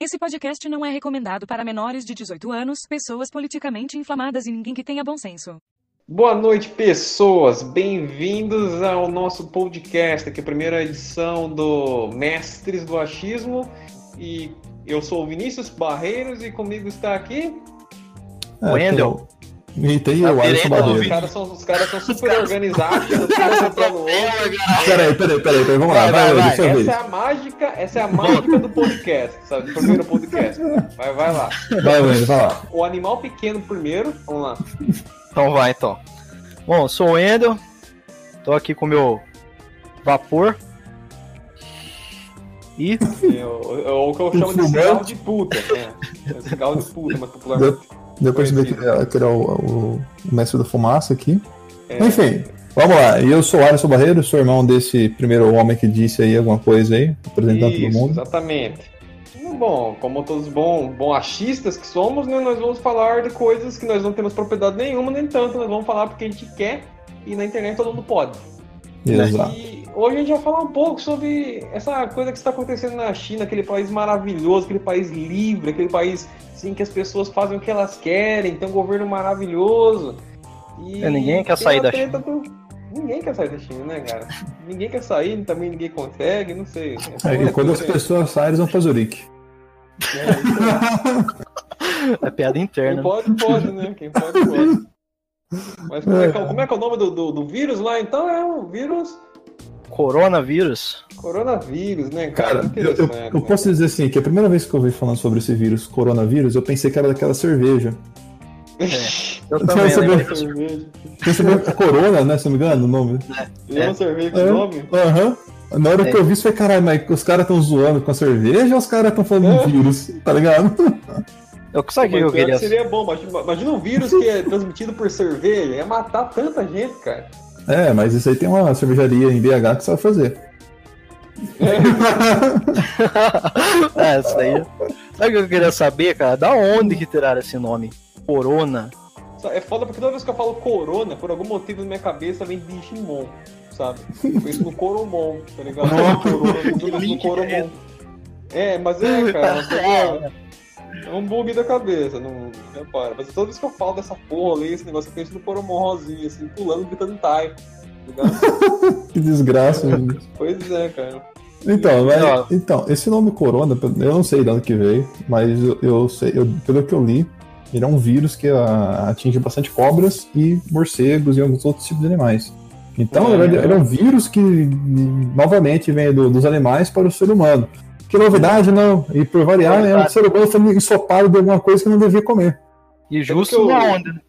Esse podcast não é recomendado para menores de 18 anos, pessoas politicamente inflamadas e ninguém que tenha bom senso. Boa noite, pessoas. Bem-vindos ao nosso podcast, que é a primeira edição do Mestres do Achismo. E eu sou o Vinícius Barreiros e comigo está aqui. O Wendel. É, E tem eu, Tá Alisson virando, Os Barreiro. caras são, os caras são super organizados, não ficam acertando o outro. Peraí, peraí, peraí, peraí, vamos lá, vai, Vai, vai, vai, vai. sua vez. Essa é a mágica, essa é a mágica do podcast, sabe? Do primeiro podcast. Vai, vai lá. Vai, Wendel, vai lá. O animal pequeno primeiro, vamos lá. Então vai, então. Bom, sou o Wendel. Tô aqui com o meu vapor. E É o- é o que eu chamo de cigarro de puta. né? É cigarro de puta, mas popularmente. Deu pra perceber que Conhecido. que ele é o, o mestre da fumaça aqui. É, Enfim, vamos lá. Eu sou o Alisson Barreiro, sou irmão desse primeiro homem que disse aí alguma coisa aí, apresentando todo Isso, mundo. Exatamente. Então, Bom, como todos bom, bom achistas que somos, né, nós vamos falar de coisas que nós não temos propriedade nenhuma, no entanto, nós vamos falar porque a gente quer e na internet todo mundo pode. Exato. E hoje a gente vai falar um pouco sobre essa coisa que está acontecendo na China, aquele país maravilhoso, aquele país livre, aquele país sim que as pessoas fazem o que elas querem, tem um governo maravilhoso. E É, ninguém quer tem sair uma da treta do- Ninguém quer sair da China, né, cara? ninguém quer sair, também ninguém consegue, não sei. Essa É, coisa e quando as toda, pessoas saem, eles vão pra Zurique. né? é piada Quem interna. pode, pode, né? Quem pode, pode. Mas como é que, é o- como é que é o nome do, do- do vírus lá? Então é o vírus Coronavírus. coronavírus, né, cara? Cara, eu, eu- Interessante, eu né? posso dizer assim, que a primeira vez que eu ouvi falando sobre esse vírus, coronavírus, eu pensei que era daquela cerveja. Eu Eu É, também né? sabia- lembrei. Uma cerveja. Você sabia que é corona, né, se não me engano, o nome? Eu não servi com É. nome? Aham. Na hora É. que eu vi isso, foi caralho, mas os caras tão zoando com a cerveja ou os caras tão falando É. de vírus, tá ligado? Eu sabe o que Mas pior eu que queria. seria bom, imagina, imagina um vírus que é transmitido por cerveja, ia matar tanta gente, cara. É, mas isso aí tem uma cervejaria em BH que sabe fazer. é, isso daí. Sabe o que eu queria saber, cara? Da onde que tiraram esse nome? Corona. Só- É foda porque toda vez que eu falo corona, por algum motivo na minha cabeça vem Digimon, sabe? Eu penso no Coromon, tá ligado? Nossa, Corona, eu que penso no link é Coromon. É, mas é, cara, uma coisa- é um bug da cabeça, não repara. Mas toda vez que eu falo dessa porra ali, esse negócio, eu penso no Coromon rosinha, assim, pulando, gritando tai, tá ligado? Que desgraça. gente. Pois é, cara. então, mas- Ó. então, esse nome Corona, eu não sei de onde que veio, mas eu, eu sei, eu- pelo que eu li, ele é um vírus que ah, atinge bastante cobras e morcegos e alguns outros tipos de animais. Então, É. ele, ele é um vírus que novamente vem do- dos animais para o ser humano. Que novidade, não. E por variar, é um ser humano sendo ensopado de alguma coisa que não devia comer. E justo eu- na onda. né?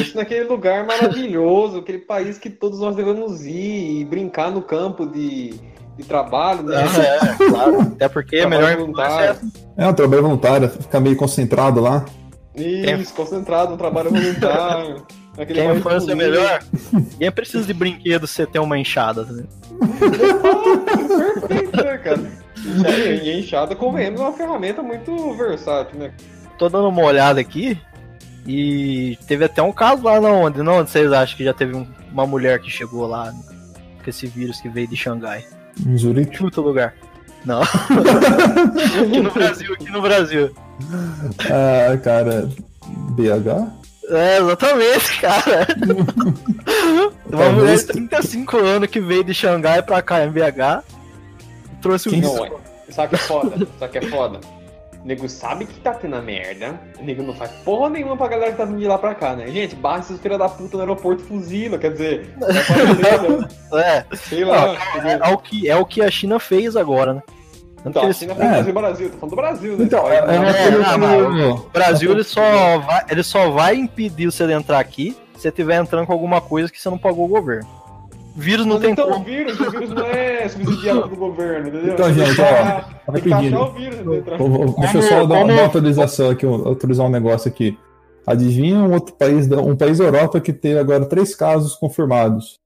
Isso naquele lugar maravilhoso, aquele país que todos nós devemos ir e brincar no campo de, de trabalho, né? é, claro. Até porque é Trabalho melhor voluntário. É um trabalho voluntário, ficar meio concentrado lá. é Isso, concentrado no trabalho voluntário. Naquele Quem a país infância é bonito. melhor, ninguém precisa de brinquedo você ter uma enxada. tá ligado? Perfeito, né, cara? E e a enxada, convenhamos, é uma ferramenta muito versátil, né? Tô dando uma olhada aqui e teve até um caso lá na onde, não onde vocês acham que já teve um- uma mulher que chegou lá com esse vírus que veio de Xangai. Em Zurique. Chuta o lugar. Não. aqui no Brasil, aqui no Brasil. Ah, cara. BH? É, exatamente, cara. uma mulher de 35 anos que veio de Xangai pra cá em BH trouxe o Quem vírus. Não, é. Sabe que é foda? Sabe que é foda? O nego sabe que tá tendo a merda. O nego não faz porra nenhuma pra galera que tá vindo de lá pra cá, né? Gente, barra esses filha da puta no aeroporto e fuzila, quer dizer. vai aparecendo, É, Sei lá. entendeu? é o que, é o que a China fez agora, né? Tanto que Então, a eles- China É. fez é. Brasil, tô falando do Brasil, né? Então, Vai- é, é uma É, coisa não, que- O Brasil ele só, vai, ele só vai impedir você de entrar aqui se você estiver entrando com alguma coisa que você não pagou o governo. Vírus não Mas tem então o como. vírus, o vírus não é subsidiado do governo, entendeu? Então, Tem que gente, ó, achar- tem que rapidinho. achar o vírus, entendeu? Vou- vou- Deixa eu só Como- dar uma como- autorização aqui, um- autorizar um negócio aqui. Adivinha um outro país, da- um país da Europa que teve agora três casos confirmados.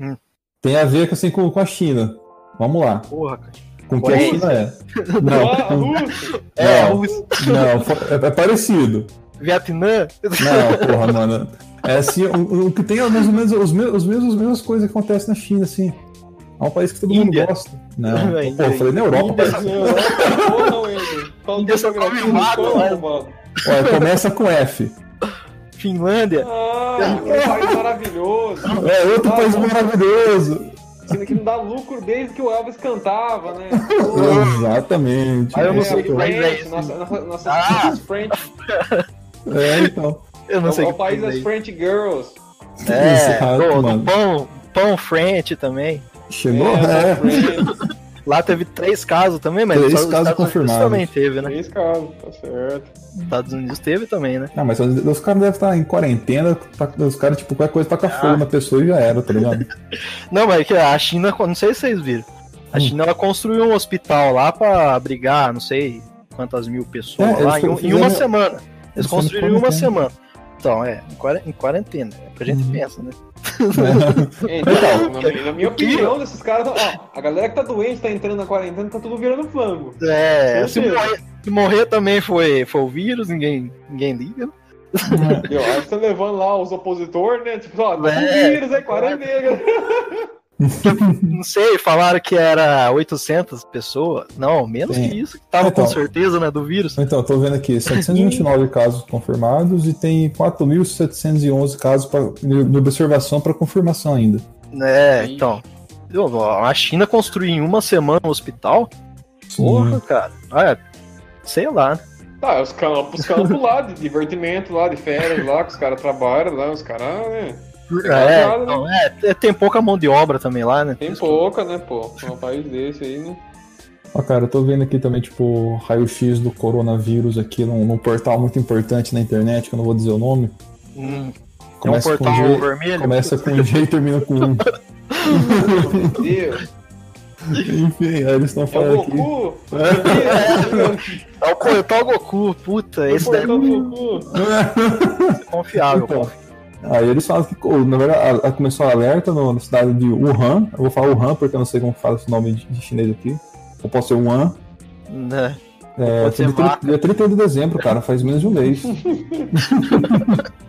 Hum. Tem a ver assim, com, com a China. Vamos lá. Porra, cara. Com o que a Coreia? China é. Ah, a Não, Rússia. É, Não. o não foi- é- é parecido. Vietnã. Não, porra, mano. É assim, o, o que tem é mais ou menos os mesmos, os mesmos, as mesmas coisas que acontecem na China, assim. É um país que todo mundo Índia. gosta. Não, Índia, pô, eu falei na Europa, Índia, parceiro. Europa, ou não, Faltou Só come geografia, mato, não né? como, mano. Olha, começa com F. Finlândia? Ah, que país maravilhoso. Ah, É outro país maravilhoso. Sendo que não dá lucro desde que o Elvis cantava, né? Exatamente. Ah, eu não É, sei o que país é French, esse. nossa, nossa, nossa, Ah! nossas French, É, então. Eu não é sei o, é o que país das país French Girls. é. é. Exato, pô, mano. pão, pão frente também. Chegou? é, É. né? é. French, Lá teve três casos também, mas Três só os casos Estados Unidos confirmados. também teve, né? três casos, tá certo. Estados Unidos teve também, né? Não, mas os, os caras devem estar em quarentena, tá- os caras, tipo, qualquer coisa taca Ah. fogo na pessoa e já era, tá ligado? Não, mas é que a China, não sei se vocês viram. A Hum. China ela construiu um hospital lá pra abrigar, não sei quantas mil pessoas É, eles lá em, foram um- em uma fazendo- semana. Eles eles foram construíram em uma quarentena. semana. Então, é, em quaren- em quarentena, é o que a gente Uhum. pensa, né? Então, na, minha- na minha opinião, esses caras, ó, a galera que tá doente, tá entrando na quarentena, tá tudo virando flango. É, Com se certeza. morrer, se morrer também foi, foi o vírus, ninguém, ninguém Uhum. liga. E, ó, aí você levando lá os opositores, né? Tipo, ó, tá com É. vírus aí, quarentena. Não sei, falaram que era 800 pessoas. Não, menos Sim. que isso, que tava Então. com certeza, né, do vírus. Então, eu tô vendo aqui, 729 casos confirmados e tem 4.711 casos pra, de de observação para confirmação ainda. É, Sim. então. Eu- A China construiu em uma semana um hospital? Porra, cara. Ah, sei lá. Tá, os campos, os campos lá, de divertimento lá, de férias lá, que os caras trabalham lá, os caras, né? É, claro, então, é, te- tem pouca mão de obra também lá, né? Tem pouca, né, pô? Um país desse aí, né? Ó, cara, eu tô vendo aqui também, tipo, raio-x do coronavírus aqui num, num portal muito importante na internet, que eu não vou dizer o nome. Hum, Tem um Começa com portal G, vermelho. começa com G e termina com 1. Meu Deus. Enfim, aí eles estão um É o falando aqui. Goku? É É o portal Goku, puta, esse daí é o Goku. confiável. Então, aí eles falam que, co- na verdade, a- a- começou o alerta no- na cidade de Wuhan. Eu vou falar Wuhan porque eu não sei como fala esse nome de, de chinês aqui. Ou posso ser Wuhan. Né? É, Pode ser foi dia maca. 30 dia 31 de dezembro, cara, faz menos de um mês.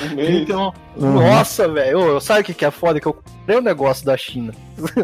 Um mês. Então, Uhum. nossa, velho. ô, Sabe o que que é foda? Que eu comprei um negócio da China.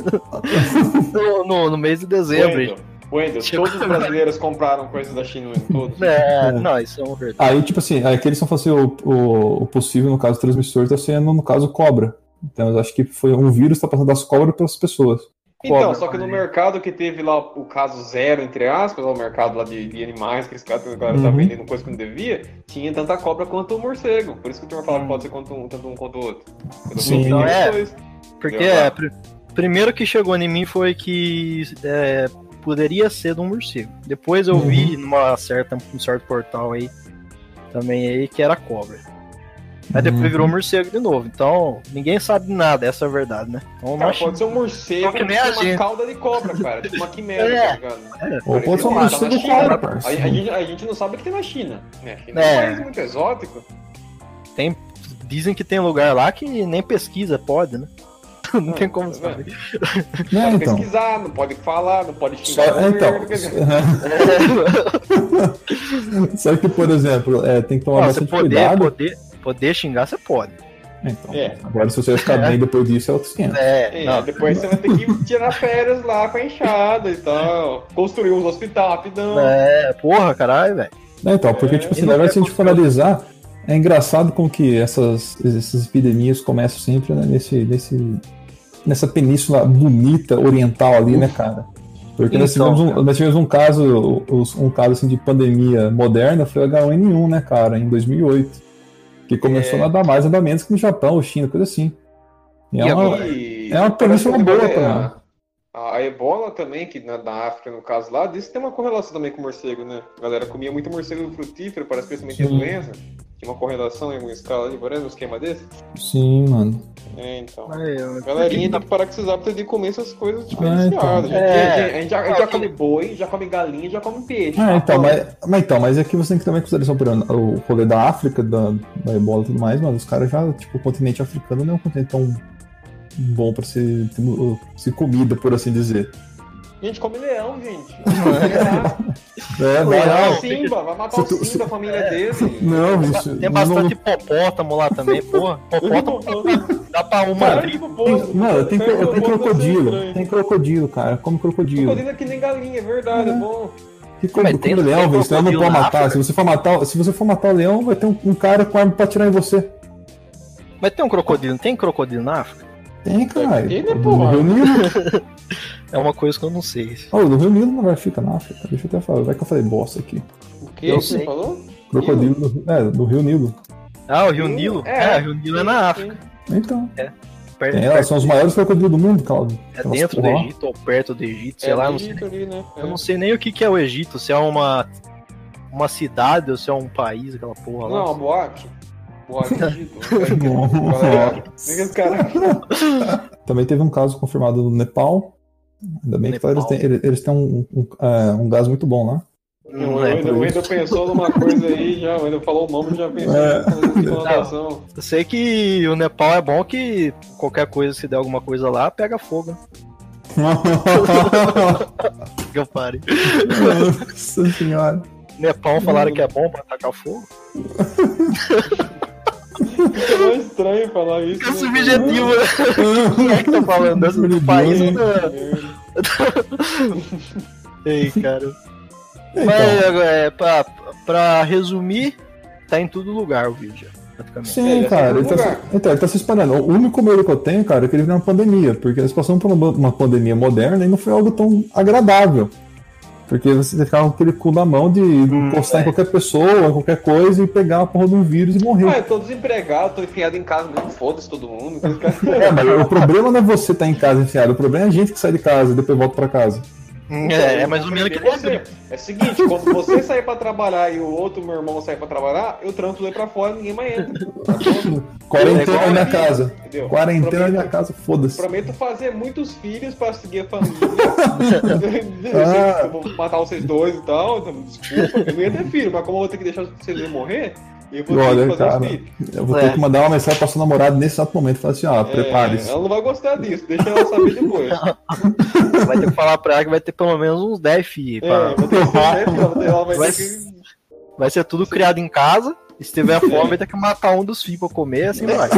no, no- no mês de dezembro. Wendel, Wendel, Chegou- todos os brasileiros compraram coisas da China, Wendel, todos. É, não, isso é um verdade. Aí, tipo assim, aí que eles estão fazendo o, o, o possível, no caso, transmissor, tá sendo, no caso, cobra. Então, eu acho que foi um vírus tá passando das cobras pelas pessoas. Então, Cobra, só que no né? mercado que teve lá o caso zero, entre aspas, lá o mercado lá de, de animais, que esse cara, que a galera tá Uhum. vendendo coisa que não devia, tinha tanta cobra quanto o morcego. Por isso que o turma fala que pode ser quanto um, tanto um quanto o outro. Quando Sim. eu vi, É. dois. Porque Entendeu? é, pri- primeiro que chegou em mim foi que é, poderia ser de um morcego. Depois eu vi numa certa, um certo portal aí também aí que era cobra. Aí depois Uhum. virou morcego de novo. Então, ninguém sabe nada, essa é a verdade, né? Então, não Cara, acho- pode ser um morcego Só que com nem a uma gente. cauda de cobra, cara. Tipo uma quimera, É. tá ligado? Ou pode ser um Parece que morcego tá na China. cobra, A, a parceiro. gente, a gente não sabe o que tem na China. Né? A China é. É. um país muito exótico. dizem que tem lugar lá que nem pesquisa pode, né? Não tem como tá vendo? saber. Né, Pode então. pesquisar, não pode falar, não pode Só, xingar. o governo, então, quer dizer, só que, por exemplo, é, tem que tomar Ó, você bastante poder, cuidado. poder, poder xingar, você pode. Então, É. Agora, se você vai ficar bem depois disso, é outro esquema. É, É, não, depois você vai ter que tirar férias lá com a enxada e tal. Construir uns hospital rapidão. é, porra, caralho, velho. Né, então, porque, É. tipo assim, E na não verdade, é se a gente for possível. analisar, é engraçado como que essas, essas epidemias começam sempre né, nesse, nesse, nessa península bonita oriental ali, né, cara? Porque nós, Então, tivemos um, cara. nós tivemos um caso, os- um caso assim, de pandemia moderna, foi o H1N1, né, cara, em 2008. Que começou É. nada mais, nada menos que no Japão, China, coisa assim. E é E uma- agora? E- é uma parece península que boa, também a- cara. A ebola também, que na, na África, no caso lá, disse que tem uma correlação também com o morcego, né? A galera comia muito morcego frutífero, parece que eles também tem Sim. doença. Tinha uma correlação em alguma escala ali, parece um esquema desse. Sim, mano. É, então. Ai, eu- Galerinha, tem que parar com esses hábitos de comer essas coisas tá então. diferenciadas. gente. É. Gente, a gente já, a gente já come boi, já come galinha, já come peixe. Ah, Tá então, mas, mas então, mas aqui você tem que também consideração por exemplo, o rolê da África, da, da ebola e tudo mais, mano. Os caras já, tipo, o continente africano não é um continente tão bom pra ser, uh, ser comida, por assim dizer. A gente come leão, gente. É, Ué, mas- Vai Leão, o Simba, vai matar o se tu- Simba, da família dele. não, bicho. Tem não- bastante hipopótamo lá também, porra. Hipopótamo dá pra uma Cara, tribo. né? tem- Mano, tem, cro- tem crocodilo. Tem crocodilo, cara. Come crocodilo. Crocodilo é que nem galinha, é verdade, é bom. E como, Mas como tem- tem leão, velho, senão não crocodilo pode na matar. África? Se você for matar, se você for matar o leão, vai ter um, um cara com arma pra atirar em você. Mas tem um crocodilo, não tem crocodilo na África? Tem, caralho. Tem, né, No porra? Rio Nilo. É uma coisa que eu não sei. Oh, no Rio Nilo não vai ficar na África. Deixa eu até falar. Vai que eu falei bosta aqui. O que Eu você sei. falou? Crocodilo do, é, do Rio Nilo. Ah, o Rio Nilo? É, o Rio Nilo é na África. Então. Perto, Tem, elas são os maiores crocodilos do mundo, Claudio. é dentro do Egito ou perto do Egito, sei lá, não sei. Ali, né? Eu não sei nem o que, que é o Egito, se é uma, uma cidade ou se é um país, aquela porra lá. Não, uma boate. Boate. Nossa. Os caras Também teve um caso confirmado no Nepal. Ainda bem que lá eles Nepal. têm, eles- eles têm um, um, é, um gás muito bom lá. O Não é Wendel, por o Wendel pensou numa coisa aí, já, o Wendel falou o nome já pensou É. em conotação. Eu sei que o Nepal é bom que qualquer coisa, se der alguma coisa lá, pega fogo. né? Que eu pare. Nossa senhora. Nepal falaram que é bom pra atacar fogo. Não é estranho falar isso. É subjetivo, né? Como é que tá falando? Do, do país ou da... Ah, Ei, cara. Então, Mas, é, pra, pra resumir, tá em todo lugar o vídeo, praticamente. sim, Ele é cara. Ele segundo tá, se- lugar. então, ele tá se espalhando. O único medo que eu tenho, cara, é que ele veio uma pandemia. Porque eles passaram por uma, uma pandemia moderna e não foi algo tão agradável. Porque você ficava com aquele cu na mão de Hum, é. encostar em qualquer pessoa, qualquer coisa e pegar a porra de um vírus e morrer. Ah, eu tô desempregado, tô enfiado em casa mesmo, foda-se todo mundo. Os caras- É, mas o problema não é você estar em casa enfiado, o problema é a gente que sai de casa e depois volta pra casa. É, é mais ou menos que você. É o seguinte, quando você sair pra trabalhar e o outro, meu irmão, sair pra trabalhar, eu tranco ele pra fora e ninguém mais entra. Tá bom? Quarentena É na igual minha aqui. casa. Entendeu? Quarentena na minha Prometo- casa, foda-se. Prometo fazer muitos filhos pra seguir a família. Ah. Eu vou matar vocês dois e tal. então, Desculpa, eu não ia ter filho, mas como eu vou ter que deixar vocês dois morrer, eu vou ter Olha, que fazer cara, os filhos. Eu vou É. ter que mandar uma mensagem pra sua namorada nesse exato momento e falar assim, ó, É, prepare-se. Ela não vai gostar disso, deixa ela saber depois. Vai ter que falar pra ela que vai ter pelo menos uns 10 filhos. É, pra- eu vou ter que fazer, ela vai- ela vai Vai- ter que. Vai ser tudo criado em casa. E se tiver fome, vai ter que matar um dos filhos pra comer, assim vai.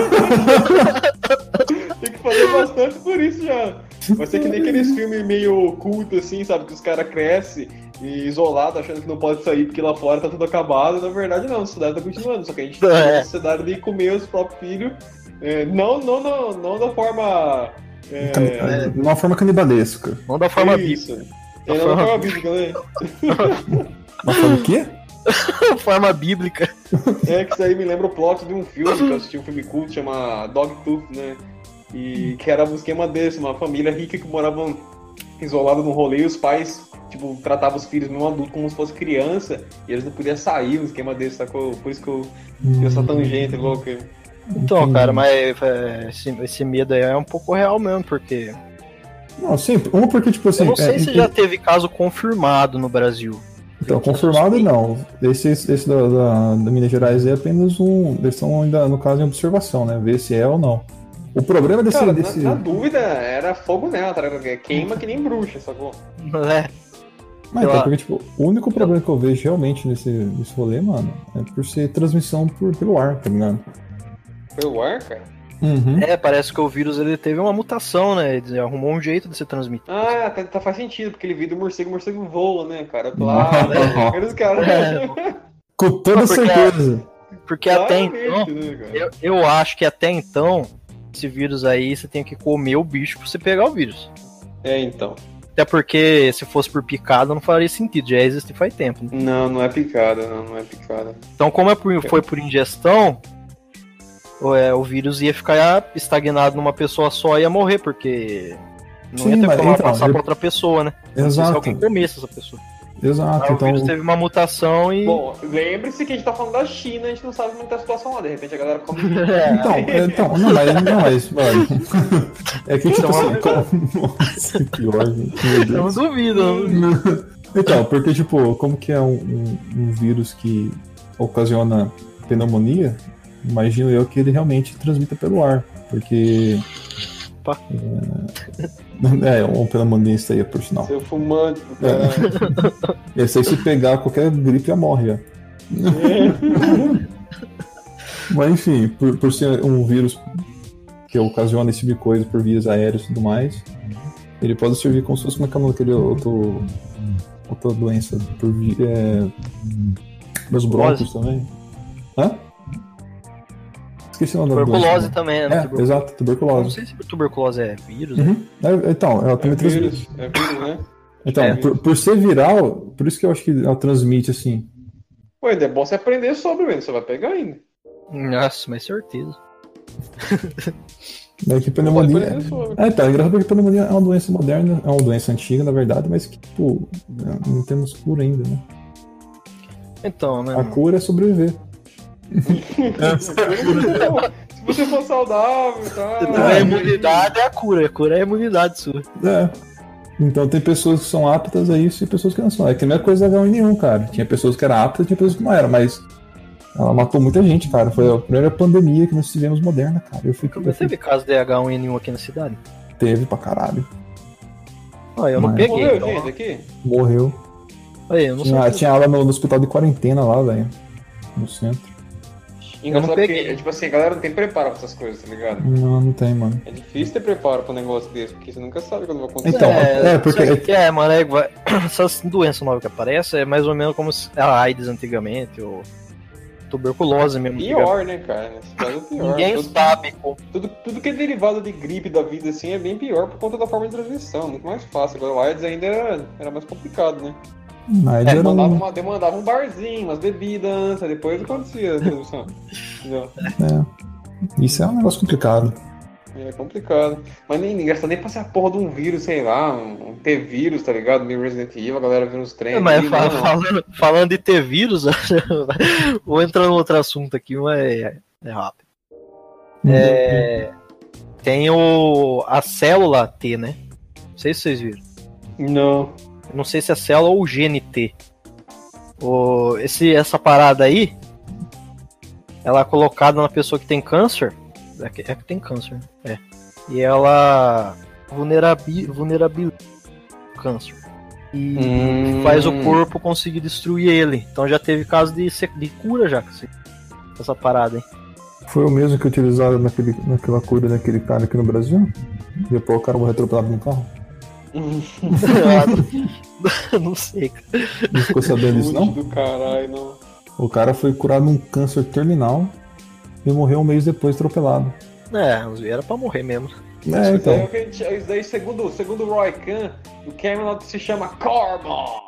Tem que fazer bastante por isso já. Vai ser que nem aqueles filmes meio oculto, assim, sabe? Que os caras crescem e isolado, achando que não pode sair porque lá fora tá tudo acabado. Na verdade, não, a sociedade tá continuando. Só que a gente tem É. a sociedade de comer os próprios filhos. É, não, não, não, não da forma. É, Can- é, De uma forma canibalesca. Não da forma bíblica. isso. É, não da forma bíblica, né? Mas sabe o quê? forma bíblica. É que isso aí me lembra o plot de um filme que eu assisti, um filme culto, chama Dogtooth, né? E que era um esquema desse, uma família rica que morava isolada num rolê e os pais, tipo, tratavam os filhos mesmo adulto como se fosse criança e eles não podiam sair, um esquema desse, sacou? Por isso que eu, que Hum. eu sou tão gente, louco. Então, cara, mas é, esse, esse medo aí é um pouco real mesmo, porque. Não, sim, uma porque, tipo assim. eu não sei é, se já teve caso confirmado no Brasil. Então, confirmado não. Esse, esse da, da- da Minas Gerais é apenas um. Eles estão ainda, no caso, em observação, né? Ver se é ou não. O problema desse. Cara, desse... é na, na dúvida, era fogo nela, tá ligado? Queima que nem bruxa, sacou? É, Mas Sei então, lá. porque, tipo, o único problema que eu vejo realmente nesse, nesse rolê, mano, é por ser transmissão por, pelo ar, tá ligado? Foi o ar, cara? Uhum. é, parece que o vírus ele teve uma mutação, né? Ele arrumou um jeito de se transmitir. Ah, tá, tá- faz sentido, porque ele viu do morcego, o morcego voa, né, cara? Claro, né? Eles, cara, Com toda Não, porque certeza. Porque até claramente, então, né, cara? eu, eu acho que até então, esse vírus aí, você tem que comer o bicho pra você pegar o vírus. É, então. Até porque se fosse por picada, não faria sentido, já existe faz tempo. né? Não, não é picada, não, não é picada. Então, como é por- foi por ingestão, o, é, o vírus ia ficar estagnado numa pessoa só e ia morrer, porque não Sim, ia ter mas como ela então, passar ele- pra outra pessoa, né? Não sei Se Exato, alguém comesse essa pessoa. exato. Ah, O então, vírus teve uma mutação e. Bom, lembre-se que a gente tá falando da China, a gente não sabe muito da situação lá, de repente a galera come. então, é, então, não, mas, não, mas, mano. É que, tipo Então, assim, como... Nossa, que pior, gente. Meu eu não Deus. duvido. Então, porque, tipo, como que é um, um- um vírus que ocasiona pneumonia, imagino eu que ele realmente transmita pelo ar, porque... Opa. É, é um pneumonista aí, por sinal. Seu fumante, É, do cara. Esse aí, se pegar qualquer gripe, já morre, É. já. Mas, enfim, por, por ser um vírus que ocasiona esse tipo de coisa por vias aéreas e tudo mais, ele pode servir como se fosse, como é que é o nome daquele outro outra doença por vi- é, meus Tuberculose. broncos também. Hã? Esqueci o nome da Tuberculose doença. também, né? É, Tuberculose. exato, Não tuberculose. sei se tuberculose é vírus, né? Uhum. É, então, ela É também transmite. vírus, é vírus, né? Então, É. por, por ser viral, por isso que eu acho que ela transmite assim. Pô, ainda é bom você aprender sobre ele, você vai pegar ainda. né? Nossa, mas certeza. Daí Né, que Vai pneumonia. aprender sobre. É, então, é engraçado porque a pneumonia é uma doença moderna, é uma doença antiga, na verdade, mas que, tipo, não temos cura ainda, né? Então, né? A mano? cura é sobreviver. Se você for saudável e Não é Ah, tal. imunidade, é a cura. A cura é a imunidade sua. É. Então tem pessoas que são aptas a isso e pessoas que não são. É que não é coisa da H1N1, cara. Tinha pessoas que eram aptas e tinha pessoas que não eram, mas ela matou muita gente, cara. Foi a primeira pandemia que nós tivemos moderna, cara. Eu fui, eu Nunca fui é teve caso de H1N1 aqui na cidade? teve pra caralho. Ah, eu não Mas- peguei. Morreu então. gente aqui? Morreu. Aí, eu não sei. Ah, Tinha, tinha aula no, no hospital de quarentena lá, velho. No centro. Engraçado não porque, peguei. é, tipo assim, a galera não tem preparo pra essas coisas, tá ligado? Não, não tem, mano. É difícil ter preparo pra um negócio desse, porque você nunca sabe quando vai acontecer. Então, é, porque- sabe o que é, mano, é, vai- essas doenças novas que aparecem é mais ou menos como se- a AIDS antigamente, ou tuberculose mesmo. antigamente. Pior, né, cara? Nesse caso é pior. Ninguém Tudo- sabe como. Tudo, tudo que é derivado de gripe da vida, assim, é bem pior por conta da forma de transmissão. Muito mais fácil. Agora, o AIDS ainda era, era mais complicado, né? Mas É, era Mandava, um... uma, demandava um barzinho, umas bebidas, aí depois acontecia a transmissão. Entendeu? é. Isso é um negócio complicado. É complicado. Mas nem ninguém nem pra ser a porra de um vírus, sei lá, um, um T-vírus, tá ligado? Meio Resident Evil, a galera vira uns né, treinos. É, mas fala- falando, falando de ter vírus, vou entrar num outro assunto aqui, mas é, é rápido. É, tem o, a célula T, né? Não sei se vocês viram. Não. Eu Não sei se é célula ou GNT. O, esse, essa parada aí, ela é colocada na pessoa que tem câncer. É que, é que tem câncer, né? É. E ela vulnerabi, vulnerabiliza o câncer. E Hum. faz o corpo conseguir destruir ele. Então já teve caso de, se- de cura já. com esse- com Essa parada, hein? É. Foi o mesmo que utilizaram naquele, naquela cura daquele cara aqui no Brasil? Depois o cara morreu atropelado no carro? Eu não sei, cara. Não ficou sabendo disso, não? Chute do caralho, não. O cara foi curado de um câncer terminal e morreu um mês depois atropelado. É, era pra morrer mesmo. É, Isso daí então. é o que a gente- Isso daí, segundo, segundo o Roy Khan, o Camelot se chama Carbon.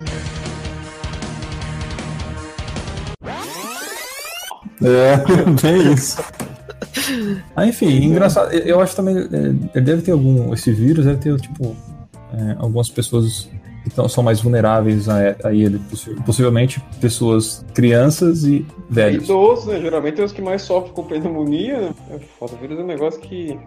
É, bem isso. Ah, enfim, engraçado. Eu- Eu acho também. é, Ele deve ter algum. Esse vírus deve ter, tipo. é, algumas pessoas que tão- são mais vulneráveis a, a ele. possi- Possivelmente pessoas, crianças e velhos. Idosos, né? Geralmente é os que mais sofrem com pneumonia, né? É foda, o vírus é um negócio que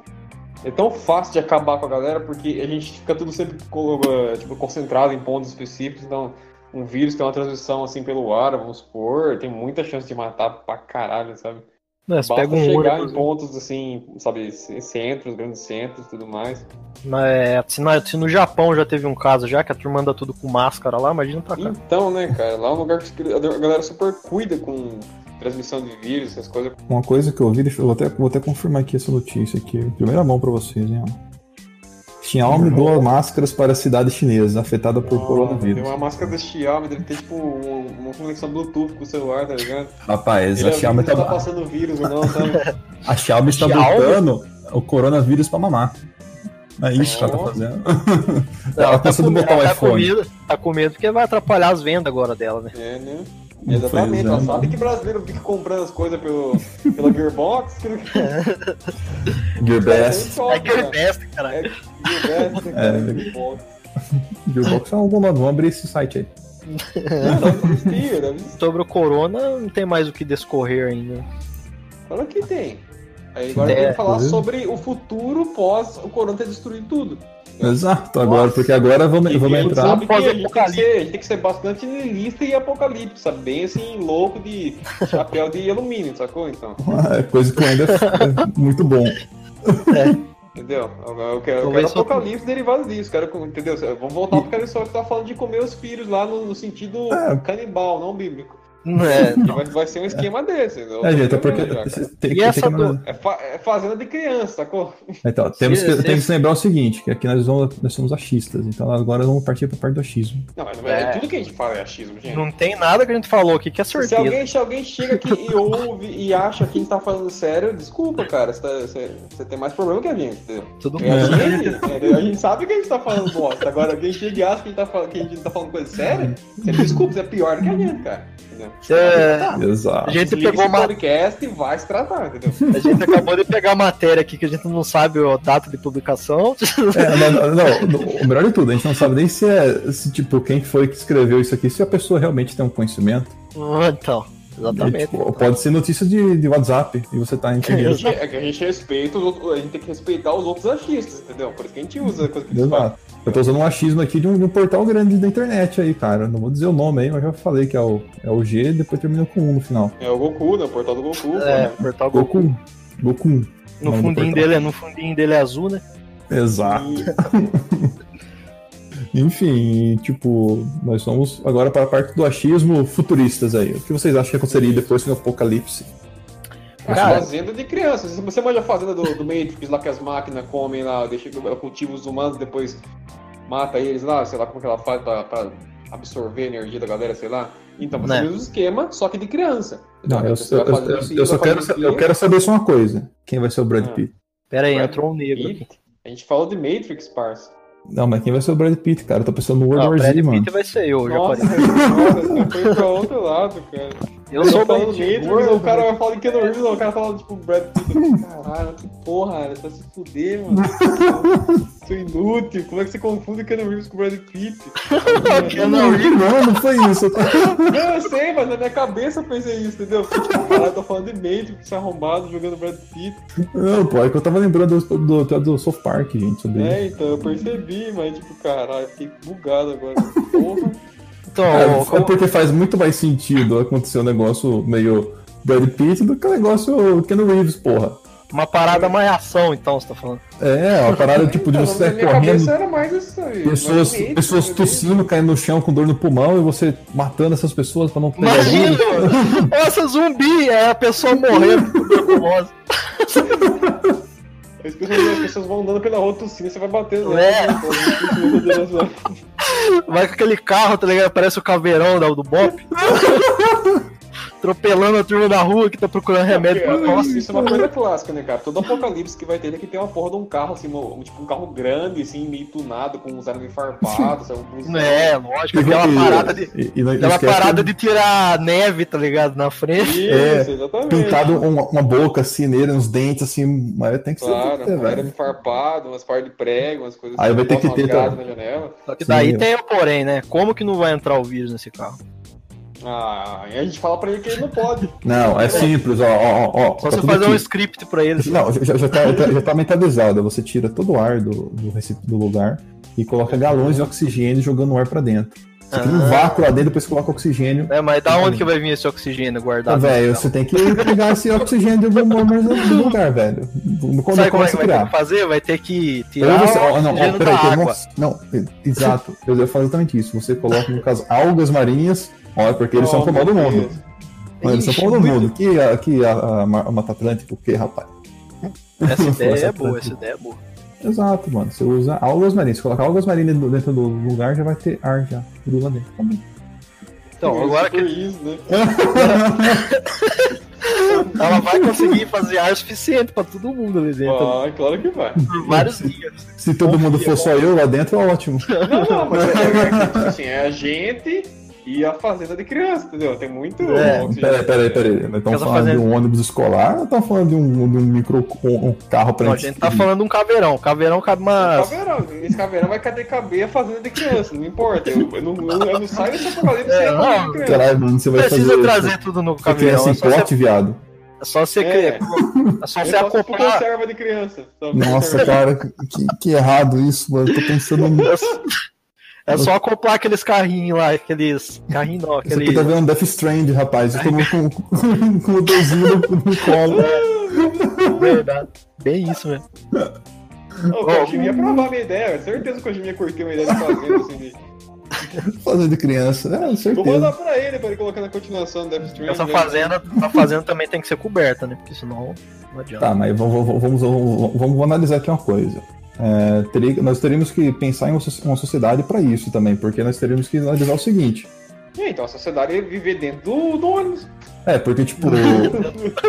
é tão fácil de acabar com a galera, porque a gente fica tudo sempre co- eh, tipo, concentrado em pontos específicos, então um vírus tem uma transmissão assim pelo ar, vamos supor, tem muita chance de matar pra caralho, sabe? Mas Basta pega um chegar olho, em pontos assim, sabe, c- centros, grandes centros e tudo mais. Mas né, se na- se no Japão já teve um caso já, que a turma anda tudo com máscara lá, imagina tá pra cá. Então, né, cara, lá é um lugar que a galera super cuida com transmissão de vírus, essas coisas. Uma coisa que eu vi, deixa eu vou até, vou até confirmar aqui essa notícia aqui, em primeira mão pra né? vocês, hein? ó. Xiaomi doa máscaras para a cidade chinesa afetada por Ah, Tem coronavírus. uma máscara da Xiaomi, deve ter tipo um- uma conexão Bluetooth com o celular, tá ligado? Rapaz, Ele a avisa Xiaomi, se tá tá, passando vírus ou não, tá? sabe? a Xiaomi está Xiaomi? botando o coronavírus pra mamar. É isso que ela tá Oh. fazendo. ela tá sendo botar o tá com iPhone. medo, tá com medo porque vai atrapalhar as vendas agora dela, né? é, né? Não Exatamente, foi, ela né? sabe que brasileiro fica comprando as coisas pelo, pela Gearbox, que não Gearbest. É que ele besta, cara. É, Gearbest, né, cara, Gearbox. Gearbox é algum nome, vamos abrir esse site aí. Não, deve existir, deve existir. Sobre o corona, não tem mais o que descorrer ainda. Olha o que tem. Aí agora É, tem que falar tá vendo? sobre o futuro pós o corona ter destruído tudo. Exato, agora, porque agora vamos, E vamos a gente entrar. sabe que a gente tem que Pós-apocalipse. ser- a gente tem que ser bastante niilista e apocalíptico, sabe? Bem assim, louco de chapéu de alumínio, sacou? Então, É coisa que ainda é muito bom. entendeu? Eu, eu quero, eu Talvez quero só- apocalipse derivado disso, quero, com- entendeu? Vamos voltar pro cara só que tá falando de comer os filhos lá no, no sentido É. canibal, não bíblico. É, não. Vai, vai ser um esquema desse. não É, gente, é tem porque. problema, cara. tem- tem- E tem essa que- do- É, fa- é fazenda de criança, sacou? Então, temos, que, se- temos que lembrar o seguinte, que aqui nós, vamos, nós somos achistas, então agora vamos partir para a parte do achismo. Não, mas, mas É. tudo que a gente fala é achismo, gente. Não tem nada que a gente falou aqui que é Se certeza. alguém, se alguém chega aqui e ouve e acha que a gente tá falando sério, desculpa, cara. Você, tá- você- você tem mais problema que a gente. entendeu? Todo É mundo. assim, entendeu? a gente sabe que a gente tá falando bosta. Agora, alguém chega e acha que a gente tá falando, que a gente tá falando coisa séria, você me desculpa, você é pior do que a gente, cara. Entendeu? É. Tá, Exato. A gente desliga pegou esse uma podcast e vai se tratar, entendeu? A gente acabou de pegar a matéria aqui que a gente não sabe a data de publicação. É, não, não, não, não, o melhor de tudo, a gente não sabe nem se é, se, tipo, quem foi que escreveu isso aqui, se a pessoa realmente tem um conhecimento. Ah, então, E, exatamente. Então, tipo, pode ser notícia de, de WhatsApp e você tá É que a entendendo. gente- É que a gente respeita, os outros- a gente tem que respeitar os outros achistas, entendeu? Por isso que a gente usa a coisa que eles falam. Exato. Eu tô usando um achismo aqui de um, de um portal grande da internet aí, cara. Não vou dizer o nome aí, mas já falei que é o, é o G e depois termina com 1 no final. É o Goku, né? O portal do Goku. É, né? portal Goku. Goku. Goku. No Nome do fundinho portal. dele, é- no fundinho dele é azul, né? Exato. E- Enfim, tipo, nós somos agora para a parte do achismo futuristas aí. O que vocês acham que aconteceria depois do apocalipse? Cara- fazenda é de crianças. Você manja a fazenda do, do Matrix lá que as máquinas comem lá, deixa, ela cultiva os humanos, depois mata eles lá, sei lá como é que ela faz pra, pra absorver a energia da galera, sei lá. Então, você Né. usa o esquema, só que de criança. Então, Não, eu, Você eu, vai fazendo eu- isso, eu só vai quero, fazendo sa- aquilo. eu quero saber só uma coisa. Quem vai ser o Brad Ah. Pitt? Pera aí, Ué, entrou um negro Ih, aqui. é A gente falou de Matrix, parça. Não, mas quem vai ser o Brad Pitt, cara? Eu tô pensando no World Ah, o War Brad Z, mano. Pitt vai ser eu, já Nossa, parei. senhora, você foi pra outro lado, cara. Eu sou o tá falando Brad Matrix, Pitt. Então, tipo, o cara vai falar de Keanu Reeves, não, o cara fala tipo Brad Pitt. Eu fico, Caralho, que porra, cara, você vai se fuder, mano. Isso é inútil, como é que você confunde Keanu Reeves com Brad Pitt? é Keanu Reeves. Não, não foi isso. eu tô- Não, eu sei, mas na minha cabeça eu pensei isso, entendeu? Porque, tipo, caralho, eu tô falando de Matrix, esse arrombado jogando Brad Pitt. Não, pô, é que eu tava lembrando do, do, do, do South Park, gente, sobre isso. É, então eu percebi, mas tipo, caralho, fiquei bugado agora. Porra. Cara, Então, É como- porque faz muito mais sentido acontecer um negócio meio Brad Pitt do que um negócio Keanu Reeves, porra. uma parada mais ação, então, você tá falando. É, uma parada tipo de Então, você na minha correndo. cabeça era mais isso aí. Pessoas, mas Matrix, pessoas Keanu Reeves. tossindo, caindo no chão com dor no pulmão e você matando essas pessoas pra não pegar Imagina, vírus. mano. Nossa, zumbi, é a pessoa morrendo de tuberculose. As pessoas, as pessoas vão andando pela rua tossindo, você vai batendo. É. Né? Vai com aquele carro, tá ligado? Parece o caveirão da- do Bop. Atropelando a turma da rua que tá procurando remédio pra Nossa, tosse. isso é uma coisa clássica, né, cara? Todo apocalipse que vai ter é que tem uma porra de um carro, assim, um, tipo um carro grande, assim, meio tunado, com uns armas farpados, sabe? Um blusão. É, lógico, E- aquela parada de. E, e não Aquela esquece parada de tirar neve, tá ligado? Na frente. Isso, É. exatamente. Pintado uma, uma boca assim nele, uns dentes assim, mas tem que ser. Claro, é, um velho. arame farpado, umas par de prego, umas coisas assim, Aí vai ter bota que ter, umas tá? grades na janela. Só que daí Sim. tem o porém, né? Como que não vai entrar o vírus nesse carro? Ah, e a gente fala pra ele que ele não pode. Não, é simples, ó, ó, ó. ó tá Só você tudo fazer um aqui. script pra eles. Não, já, já, tá, já, já tá metalizado. Você tira todo o ar do, do, recipiente- do lugar e coloca galões de oxigênio jogando o ar pra dentro. Você tem um Ah. vácuo lá dentro, depois coloca oxigênio. É, mas da onde que vai vir esse oxigênio Ah, guardado? velho, Então, você tem que pegar esse oxigênio de algum lugar, velho. No quando começa Sabe como é que a vai ter criar. que fazer? Vai ter que Ou tirar você, o ó, não, ó, oxigênio peraí, da tem um água. monte- não, e- exato. Eu ia falar exatamente isso. Você coloca, no caso, algas marinhas, ó, é porque eles são Oh, pro mal do meu mundo. Deus. Mano, eles são Ixi, pro mal do muito- mundo. Que, a, que a, a, Ma- a Mata Atlântica, o que, rapaz? Essa ideia é Essa boa, planta. essa ideia é boa. Exato, mano. Você usa algas marinhas. Você coloca algas marinhas no- dentro do lugar, já vai ter ar já. Tudo lá dentro. Tá bom. Então, agora Por que é isso, né? ela vai conseguir fazer ar suficiente pra todo mundo ali dentro. Ah, claro que vai. Por vários dias. Se todo mundo for só eu lá dentro, é ótimo. Não, não, mas é, é, tipo assim, é a gente e a fazenda de criança, entendeu? Tem muito. É, oxigênio. Peraí, peraí, peraí. Nós estamos Casa falando de fazendo- um ônibus escolar ou estamos falando de um, de um micro um um carro pra Não, a gente tá falando de um caveirão. Caveirão cabe Esse uma. É caveirão, esse caveirão vai caber caber a fazenda de criança, não importa. Eu, eu não, eu, eu não saio desse apocalipse sem a É, fazenda de não, criança. Caralho, mano, você vai Precisa fazer. trazer tudo no Você cria caveirão. É assim, só você, pote, viado. é só você, É. cri- é só Eu você faço tipo acoplar. conserva de criança. sabe? Nossa, Conserva. cara, que, que errado isso, mano. Eu tô pensando no. É só- É só acoplar aqueles carrinhos lá, aqueles. Carrinho não, Isso aqui tá aquele. vendo Death Strand, rapaz. Eu tô com, com, com o desenho no, no colo. Verdade. Bem isso né? mesmo. Ô, O Kojima ia provar a minha ideia, certeza que o Kojima ia curtir uma ideia de fazenda assim. De... Fazendo criança. É, com Vou certeza. mandar pra ele, pra ele colocar na continuação do Death Stranding. né? Essa fazenda, a fazenda também tem que ser coberta, né? Porque senão não adianta. Tá, mas vamos, vamos, vamos, vamos- vamos analisar aqui uma coisa. É, teria- nós teríamos que pensar em uma so- uma sociedade para isso também, porque nós teríamos que analisar o seguinte. É, então a sociedade ia viver dentro do, do ônibus. É, porque, tipo,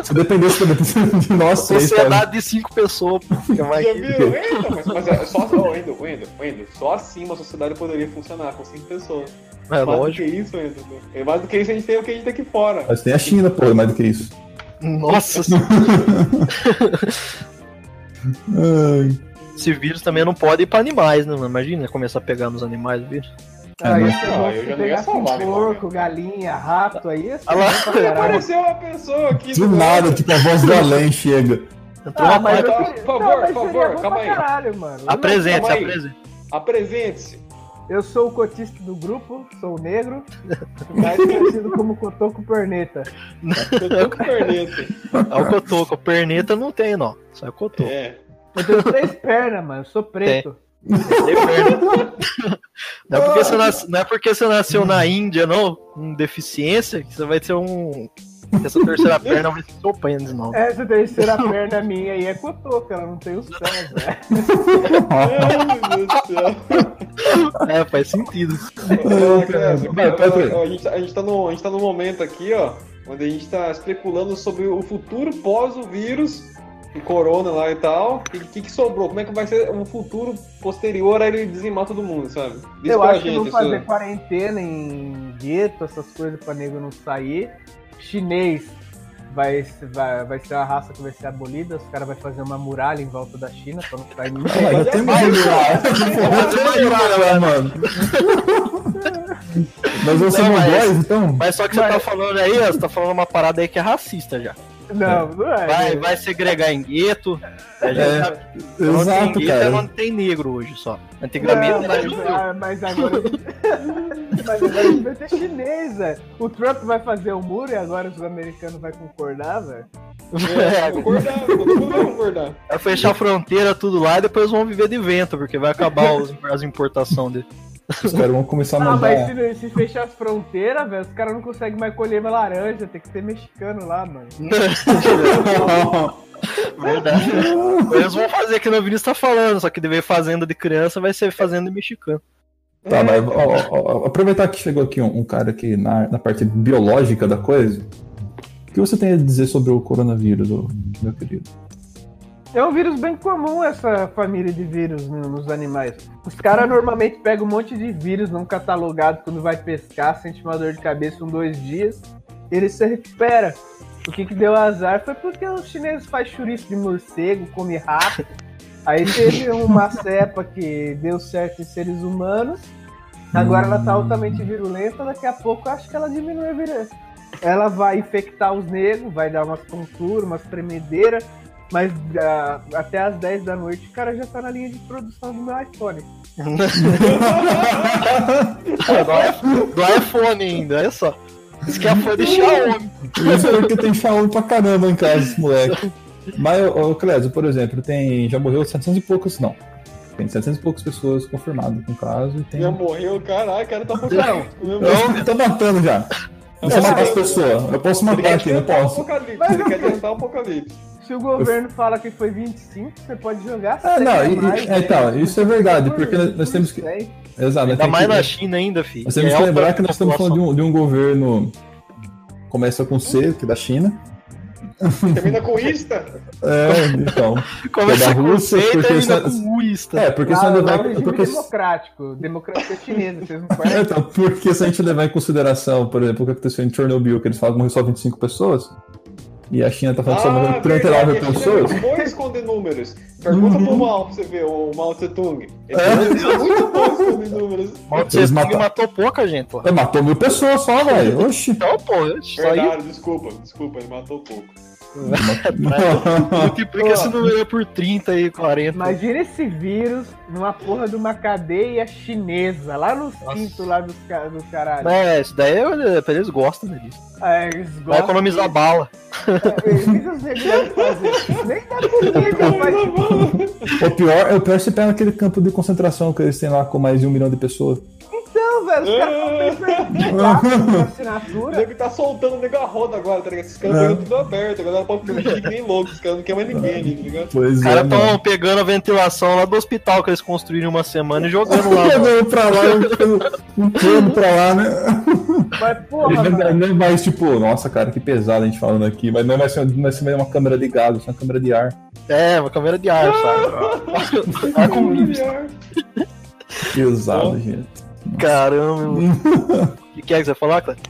se dependesse também de nós três, cara, Sociedade de cinco pessoas, pô, fica mais. Já viram? É, então, mas, mas é só, ó, Wendel, Wendel, Wendel, só assim uma sociedade poderia funcionar, com cinco pessoas. mais É lógico. do que isso, Wendel. É mais do que isso a gente tem o que a gente tem aqui fora. Mas tem a China, pô, é mais do que isso. Nossa, se- Ai, esse vírus também não pode ir pra animais, né, mano? Imagina começar a pegar nos animais o vírus. É, Aí não. esse Não, negócio eu já não de ia né, pegar com salvar animal, porco, galinha, rato, aí esse Ah lá. negócio pra caralho. Apareceu uma pessoa aqui. do nada, tipo, a voz do além chega. Entrou Ah, uma mas parte. Então, eu- por favor, não, mas por seria favor, bom calma pra aí. caralho, mano. Apresente, Calma aí. apresente. Apresente-se. Eu sou o cotista do grupo, sou negro, mais conhecido como Cotoco Perneta. Eu tô com perneta. É o cotoco. Perneta não tem, não. Só é o cotoco. É. Eu tenho três pernas, mano, sou preto. Tem perna. Não é, porque você nas- não é porque você nasceu na Índia, não, com deficiência, que você vai ser um. que Essa terceira perna vai ser seu pênis, não. Essa terceira perna minha aí é Cotoco, ela não tem os pés, velho. Ai, meu Deus do céu. É, faz sentido. Não, cara, Vai, cara, vai, vai. ó, A gente, a, gente tá no, a gente tá num momento aqui, ó, onde a gente tá especulando sobre o futuro pós o vírus, o corona lá e tal. E O que, que sobrou? Como é que vai ser o futuro posterior a ele dizimar todo mundo, sabe? Diz Eu pra acho que vão gente, assim, fazer isso. quarentena em gueto, essas coisas pra nego não sair. Chinês vai, se- vai, vai ser uma raça que vai ser abolida, os caras vão fazer uma muralha em volta da China pra não sair ninguém. é Mas já temos vai, um né? lá, mano. Nós vamos ser Não, mas- mongóis, então? Mas só que você tá falando aí, ó, você tá falando uma parada aí que é racista já. Não, não é. Vai, vai segregar em gueto. A gente É, sabe que não tem Exato, gueto, cara. não tem negro hoje só. Antigamente Não, não, era mas, judeu. ah, mas agora. mas agora a gente vai ter chinês, velho. O Trump vai fazer o muro e agora os americanos vão concordar, velho. É, concordar, todo mundo vai concordar. Vai fechar a fronteira, tudo lá, e depois vão viver de vento, porque vai acabar os- as importações dele. Os caras vão começar a Ah, mas mandar. se, se fechar as fronteiras, velho, os caras não conseguem mais colher mais laranja, tem que ter mexicano lá, mano. Verdade. Eles vão fazer que o Vinícius tá falando, só que de ver fazenda de criança vai ser fazenda de mexicano. Tá, mas ó, ó, ó, aproveitar que chegou aqui um, um cara aqui na, na parte biológica da coisa. O que você tem a dizer sobre o coronavírus, ô, meu querido? É um vírus bem comum essa família de vírus no- nos animais. Os caras normalmente pegam um monte de vírus não catalogado quando vai pescar, sente uma dor de cabeça um, dois dias, ele se recupera. O que, que deu azar foi porque os chineses fazem chouriço de morcego, come rato. Aí teve uma cepa que deu certo em seres humanos. Agora ela tá altamente virulenta, daqui a pouco eu acho que ela diminui a virulência. Ela vai infectar os negros, vai dar umas tonturas, umas tremedeiras. Mas ah, até as 10 da noite o cara já tá na linha de produção do meu iPhone. É, do, i- do iPhone ainda, olha só. Isso que é fã de Xiaomi. Isso é porque tem Xiaomi pra caramba em casa, esse moleque. Mas, ô, ô, Clésio, por exemplo, tem, já morreu 700 e poucos, não. Tem 700 e poucas pessoas confirmadas com o caso e tem... Já morreu, caralho, o cara tá apocalipse. Meu irmão. Eu tô matando já. Deixa eu matar as pessoas. Eu posso Ele quer matar aqui, eu adiantar o posso. apocalipse, ele quer adiantar o apocalipse. Se o governo fala que foi 25, você pode jogar. Ah, cem não, a e- e- mais, né? é, então, isso é verdade, por- porque nós- nós por temos que- cem. Exato. Ainda tem mais que- na China ainda, filho. Nós temos É que alta lembrar que nós estamos falando de população. um, de um governo começa com C, que é da China. Termina com tá? ista. É, então. Começa da com Rússia, C e porque termina isso- com uísta. É, porque se não Lá, lá é um levar. regime Porque... democrático, democracia chinesa, vocês não É, conhecem? então, porque se a gente levar em consideração, por exemplo, o que aconteceu em Chernobyl, que eles falam que morreu só 25 pessoas, e a China tá falando que só morreu 39 Ah, verdade, é pessoas. ele não esconder números. Pergunta Uhum. pro Mao pra você ver, o Mao Tse Tung. Ele É. é muito bom esconder números. Mal Eles Tse Tung mataram- matou pouca gente, pô. É, matou mil pessoas só, velho. Oxi. Então, pô, eu- só aí Verdade, desculpa, desculpa, ele matou pouco. multiplica esse número aí por 30 e 40. Imagina esse vírus numa porra de uma cadeia chinesa, lá no cinto lá dos, ca- do caralho. É, isso daí é- eles gostam né, disso. Ah, eles Vai gostam- economizar bala. É, eles devem fazer. Nem dá comida, mas O pior é o pior se pega naquele campo de concentração que eles têm lá com mais de um milhão de pessoas. não, velho. Os caras estão pensando em gasto na assinatura. O nego tá soltando o nego a roda agora, tá ligado? Esses caras É. pegam tudo aberto, agora pode fingir que nem louco, esses caras não querem mais ninguém ali, tá ligado? Pois Os caras é, estão mano. pegando a ventilação lá do hospital que eles construíram uma semana e jogando lá. mano. Jogando pra lá, um- um plano pra lá, né? Mas, porra, Mas mano. não vai, tipo, nossa, cara, que pesado a gente falando aqui. Mas não vai ser, não vai ser uma câmera de gás, vai ser uma câmera de ar. É, uma câmera de ar, sabe? Ar Tá com Pesado, Bom. gente. Caramba, mano. O que, que é que você ia falar, Cleber?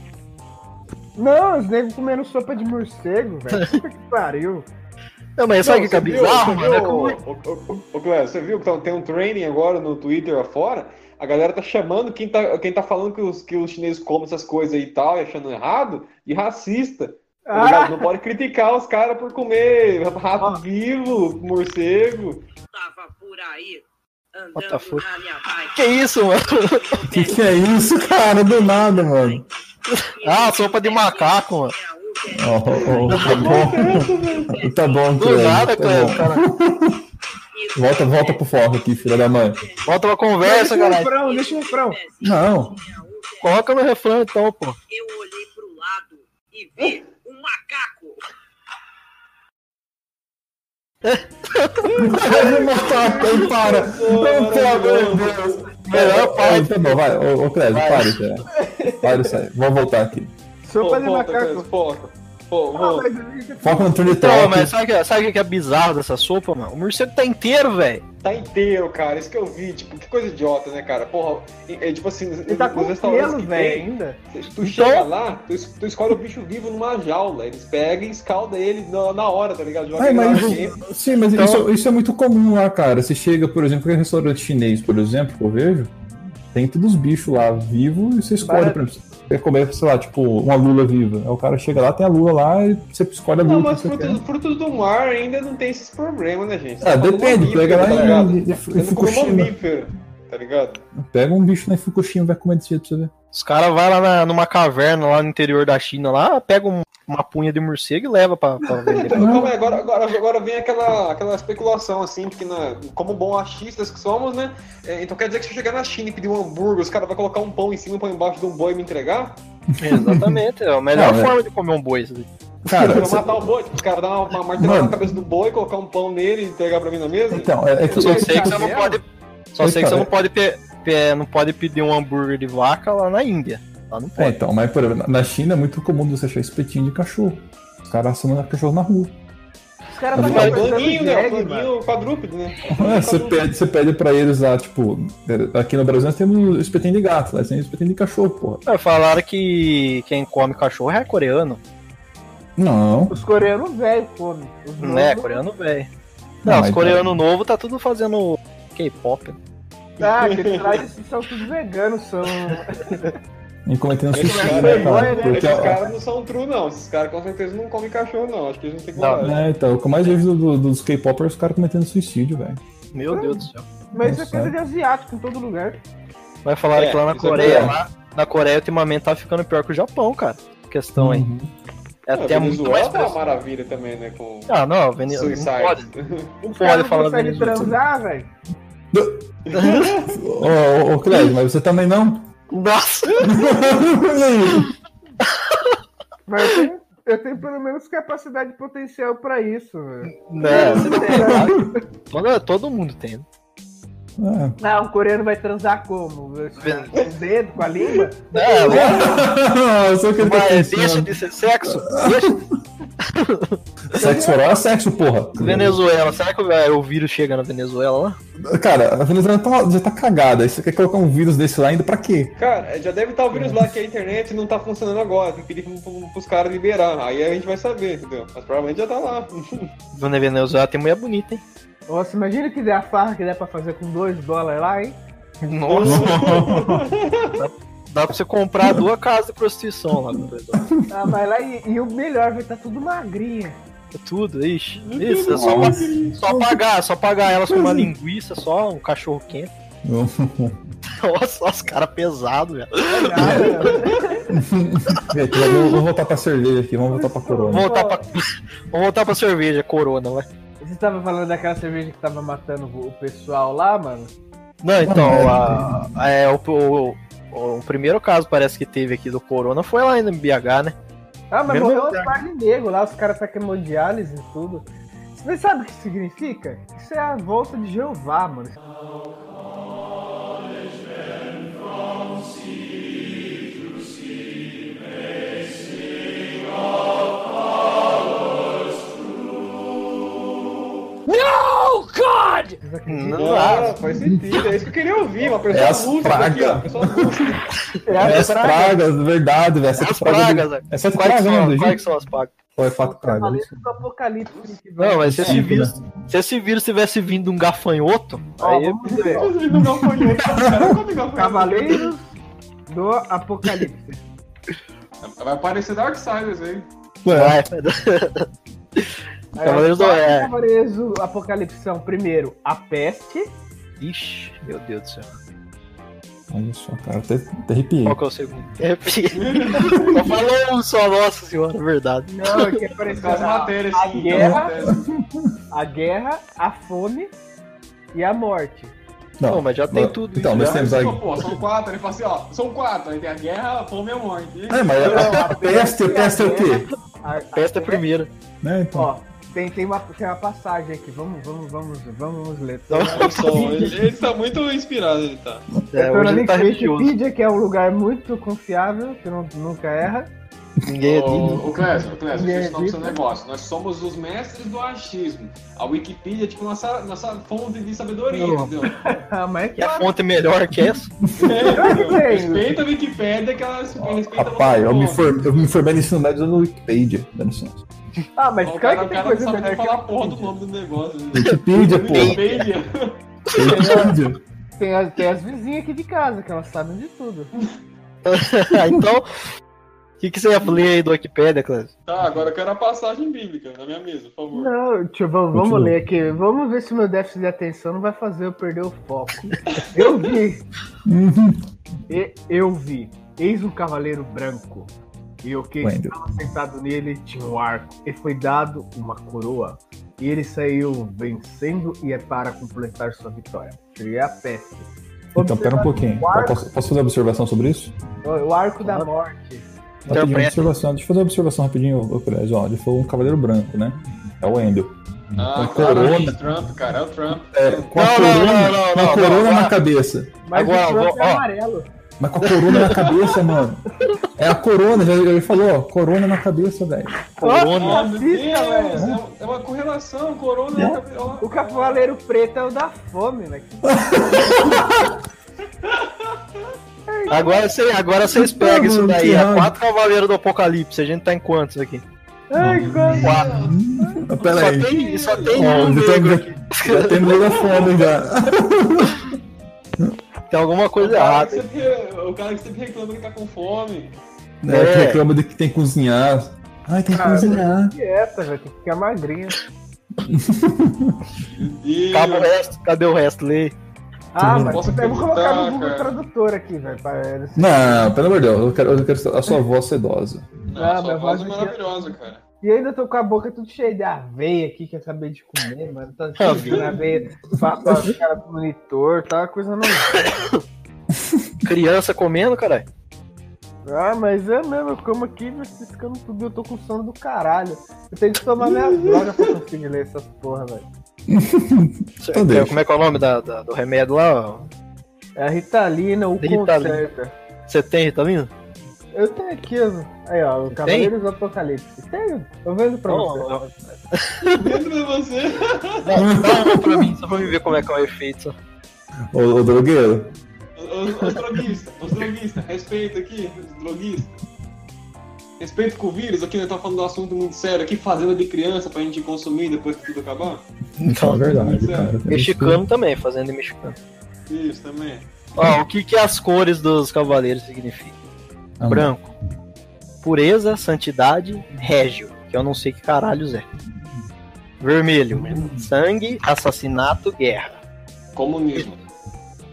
Não, os negros comendo sopa de morcego, velho. Puta que pariu. Não, mas sabe o que que é bizarro, mano? É como- Ô, Cléo, você viu que tá- tem um training agora no Twitter afora? A galera tá chamando quem tá, quem tá falando que os, que os chineses comem essas coisas aí e tal, e achando errado, e racista. tá ligado? Ah, Não pode criticar os caras por comer rato Ó. vivo, morcego. tava por aí What the andando fuck? na minha bike. Que isso, mano? Que que é isso, cara? Do nada, mano. Ah, sopa de macaco, mano. É a Uber Ó, ó, ó, tá bom. tá bom, Do nada, Cleber. Cleber, cara. e Volta, volta pro foco aqui, filha da mãe. Volta uma conversa, deixa o caralho. refrão, deixa um o refrão. Não. é a Uber. Coloca no refrão então, pô. Eu olhei pro lado e vi um macaco. Ele matou, ele para. Não, pelo amor de Deus. Melhor parte. Tá bom, vai. Ô, ô Cleber, Vai. para, cara. Para, sai. Vamos voltar aqui. Sopa de Volta, macaco. Cléo, Volta. Pô, Ah, volta. mas- Foca no turno de Então, top. mas sabe o que, sabe o que que é bizarro dessa sopa, mano? O morcego tá inteiro, velho. Tá inteiro, cara. Isso que eu vi, tipo, que coisa idiota, né, cara? Porra, é, é tipo assim, Ele tá nos com restaurantes pelo, que velho, tem, ainda. Tu Então? chega lá, tu, es- tu escolhe o bicho vivo numa jaula. Eles pegam e escaldam ele na, na hora, tá ligado? Joga É, ele lá mas, dentro. sim, mas Então- isso, isso é muito comum lá, cara. Você chega, por exemplo, em um restaurante chinês, por exemplo, que eu vejo, tem todos os bichos lá vivos e você escolhe, Barato. por exemplo, você quer comer, sei lá, tipo, uma lula viva. Aí o cara chega lá, tem a lula lá e você escolhe a lula Não, que mas você quer. frutos, frutos do mar ainda não tem esses problemas, né, gente? Ah, depende, pega lá tá ligado? em, em, Você um não come Fukushima. mamífero, tá ligado? Pega um bicho lá em Fukushima e vai comer desse jeito pra você ver. Os caras vão lá na- numa caverna lá no interior da China, lá, pega um- uma punha de morcego e leva pra, pra vender. Então, calma aí, agora, agora, agora vem aquela, aquela especulação, assim, porque na- como bom achistas que somos, né? é, então quer dizer que se eu chegar na China e pedir um hambúrguer, os caras vão colocar um pão em cima, um pão embaixo de um boi e me entregar? Exatamente, é a melhor Não, velho. forma de comer um boi. isso daí. Cara, Cara, você- Tipo, matar o boi, os caras dar uma, uma martelada na cabeça do boi, colocar um pão nele e entregar pra mim na mesa? Então, é, é que Eu só sei que tá você não vendo? pode. Só Ei, sei que você cara. não pode, pe- pe- não pode pedir um hambúrguer de vaca lá na Índia. Lá não É, pode. então, mas por exemplo, na China é muito comum você achar espetinho de cachorro. Os caras assumem cachorro na rua. Os caras Mas estão Mas vai o planinho, conversando né? O jegue, mano. planinho quadrúpede, né? É, você pede, você pede pra eles lá, tipo, aqui no Brasil nós temos espetinho de gato, lá eles têm espetinho de cachorro, porra. É, Falaram que quem come cachorro é coreano. Não. Os coreanos velho comem. Os Não é, novos- coreano velho. Não, Não, os mas- coreanos novos tá tudo fazendo K-pop. né? Ah, aqueles lá eles são tudo veganos, são. E tá cometendo Esses sushi, caras né, é cara? doido, Porque, esses ó, caras não são true, não. Esses caras com certeza não comem cachorro, não. Acho que eles não têm Não, coragem. é, então, o que eu mais vejo do- do- dos K-popers é os caras cometendo suicídio, velho. Meu Deus do céu. Mas isso é Nossa. coisa de asiático em todo lugar. Mas falaram É, que lá na isso é Coreia, verdade. lá, na Coreia ultimamente tá ficando pior que o Japão, cara. Questão aí. Uhum. É até a muito Venezuela mais tá uma pressão. maravilha também, né? Com Ah, não, Venezuela. suicide. Não pode, não Os caras pode não falar né? conseguem Venezuela. transar, velho. Ô, ô, ô Clédio, mas você também não? Nossa! Mas eu tenho, eu tenho pelo menos capacidade e potencial pra isso, velho. Não, você tem, claro. Todo, todo mundo tem. né? É. Não, o coreano vai transar como? Com o dedo, com a língua? Não, Eu sei o que ele tá mas deixa pensando. de ser sexo. Deixa de ser Sexo oral é sexo, porra. Venezuela. Será que o o vírus chega na Venezuela lá? Cara, a Venezuela tá- já tá cagada. Aí você quer colocar um vírus desse lá ainda pra quê? Cara, já deve tá estar o vírus lá que a internet não tá funcionando agora. Tem que pedir pro- pros caras liberar. Aí a gente vai saber, entendeu? Mas provavelmente já tá lá. Na Venezuela tem mulher bonita, hein? Nossa, imagina que der a farra que der pra fazer com dois dólares lá, hein? Nossa! Dá pra você comprar duas casas de prostituição lá com dois dólares. Ah, mas lá e, e o melhor, vai tá tudo magrinha. Tudo, ixi. Isso, é só, pa- só pagar, só pagar elas com uma linguiça, só um cachorro quente. Nossa, os caras pesados, velho. Gente, vamos vamos voltar pra cerveja aqui, vamos voltar pra corona. Vamos voltar pra, vamos voltar pra cerveja, corona, vai. Você tava falando daquela cerveja que tava matando o pessoal lá, mano? Não, então, a- a- é, o, o- O primeiro caso parece que teve aqui do Corona foi lá em BH, né? Ah, mas Mesmo morreu lugar. uns par de nego lá, os caras tá com hemodiálise e tudo. Você sabe o que significa? Isso é a volta de Jeová, mano. Não, ah, Nossa, faz sentido. É isso que eu queria ouvir. Uma pessoa É as lúcida aqui, ó. pragas. Pessoa lúcida. É É a as pragas, verdade, velho. Essas As pragas, do- velho. É sete Quais, que pragas são, do quais que Egito? são as pragas? Ou é fato praga? Não sei. do apocalipse né, que vai. Não, mas né? se esse, Cinco, vírus, se esse vírus tivesse vindo de um gafanhoto, Ó, aí é vamos É. ver. Nossa, me deu um gafanhoto. Cara, como me deu um gafanhoto? Cavaleiros do Apocalipse. Vai aparecer Darksiders aí. Ué, vai. Aí, Cavaleiros do- quatro é. Cavaleiros do Apocalipse são, primeiro, a peste. Ixi, meu Deus do céu. olha só, cara, até, até arrepiei. Qual que é o segundo? É, Só falou um só, nossa senhora, verdade. Não, é que As apareceu Ah, a, matérias, a sim. então. guerra. as matérias. a guerra, a fome e a morte. Não, mas já tem mas- tudo Então, isso, mas já. temos aí. Pô, pô, são quatro, ele fala assim, ó, são quatro, aí tem a guerra, a fome e a morte. E- É, mas Não, a, a a peste, a peste é o quê? A, a Pesta é a primeira. Né, então. Ó, tem, tem, uma, tem uma passagem aqui. Vamos, vamos, vamos, vamos ler. Não, Olha só, ele, ele tá muito inspirado, ele tá. é, Pelo hoje ele menos tá a religioso. Wikipedia, que é um lugar muito confiável, que não- nunca erra. Ninguém é digno. né? Ô, ô, Clésio, ô, Clésio, Ninguém deixa eu ensinar pro seu edita. negócio. Nós somos os mestres do achismo. A Wikipedia é tipo nossa, nossa fonte de sabedoria, Não. entendeu? Ah, mas é E a claro. fonte melhor que essa? É, sei. respeita a Wikipédia que ela respeita Rapaz, você, eu pô. me, for, eu me formei no ensino médio usando Wikipedia, dá licença. Ah, mas Ó, O cara, claro que o cara tem não coisa sabe melhor nem que falar é a a porra do nome do negócio. gente. Wikipedia, pô. Wikipedia. Wikipedia. Tem as, tem as vizinhas aqui de casa, que elas sabem de tudo. Ah, então, o que, que você ia ler aí do Wikipedia, Cláudio? Tá, agora eu quero a passagem bíblica na minha mesa, por favor. Não, deixa eu- vamos, vamos Continua. ler aqui. Vamos ver se meu déficit de atenção não vai fazer eu perder o foco. Eu vi Uhum. E eu vi. Eis um cavaleiro branco. E o que Wendel. estava sentado nele tinha um arco. E foi dado uma coroa. E ele saiu vencendo e é para completar sua vitória. Seria a peste. Então, pera um pouquinho. O arco, Posso, posso fazer uma observação sobre isso? o arco da morte. Rapidinho, uma Interpreta. observação. Deixa eu fazer uma observação rapidinho, ô, Clésio. Ó, Ele falou um cavaleiro branco, né? É o Endel. Ah, Com claramente, corona. Trump, cara, é o Trump. É, com a Não, não, corona, não, não, com a não, corona não, na não. cabeça. Mas Agora, o Trump vou- é ó. amarelo. Mas com a corona na cabeça, mano. É a corona, já, já falou, ó, corona na cabeça, velho. Corona. Ah, meu Assista, Deus, velho. é uma- é uma correlação, corona. Não. é uma- né? O cavaleiro preto é o da fome, né? Agora, você, agora vocês pegam isso Mano, que daí. É raiva. quatro cavaleiros do apocalipse. A gente tá em quantos aqui? Ai, quase. Quatro. Ah, Pera Só aí. tem, só tem Ó, um já tem- negro já- aqui. Já tem meio da fome já. Tem alguma O coisa um cara, que errada. sempre, o cara que sempre reclama que tá com fome. É, que reclama de que tem que cozinhar. Ai, tem que Cara. cozinhar. Dieta, velho. Tem que é, ficar magrinho. E... Acaba o resto. Cadê o resto? Lê. Ah, mas Posso eu vou colocar no perguntar, Google cara? Tradutor aqui, velho. pra- Não, pelo amor de Deus, eu quero, eu quero a sua voz sedosa. Não, Ah, sua mas voz é vai- maravilhosa, cara. E ainda tô com a boca tudo cheia de aveia aqui que eu acabei de comer, mano. Tá cheio Aveia. aveia pra, pra cara pro monitor, tá uma coisa não. Criança comendo, caralho. Ah, mas é mesmo, eu como aqui ciscando tudo, eu tô com sono do caralho. Eu tenho que tomar minhas drogas pra conseguir ler essas porra, velho. Cê- Então deixa. Como é que é o nome da, da- do remédio lá? ó? É a Ritalina, o Ritalina. Concerta. Você tem, tá vindo? Eu tenho aqui, ó. Aí, ó, o Cavaleiros do Apocalipse. Tenho, tô vendo pra você. Não, Dentro de você. dá uma pra mim, só pra me ver como é que é o efeito. só. Ô, ô drogueiro, Os, os droguistas, os droguistas, respeito aqui, os droguistas. Respeito com o vírus, aqui nós estamos falando do assunto muito sério aqui, fazenda de criança pra gente consumir depois que tudo acabar. não é verdade, cara. Então, Mexicano também, fazendo em mexicano. Isso também. Ó, o que, que as cores dos cavaleiros significam? Ah, Branco. Pureza, santidade, régio, que eu não sei que caralhos é. Vermelho, sangue, assassinato, guerra. Comunismo.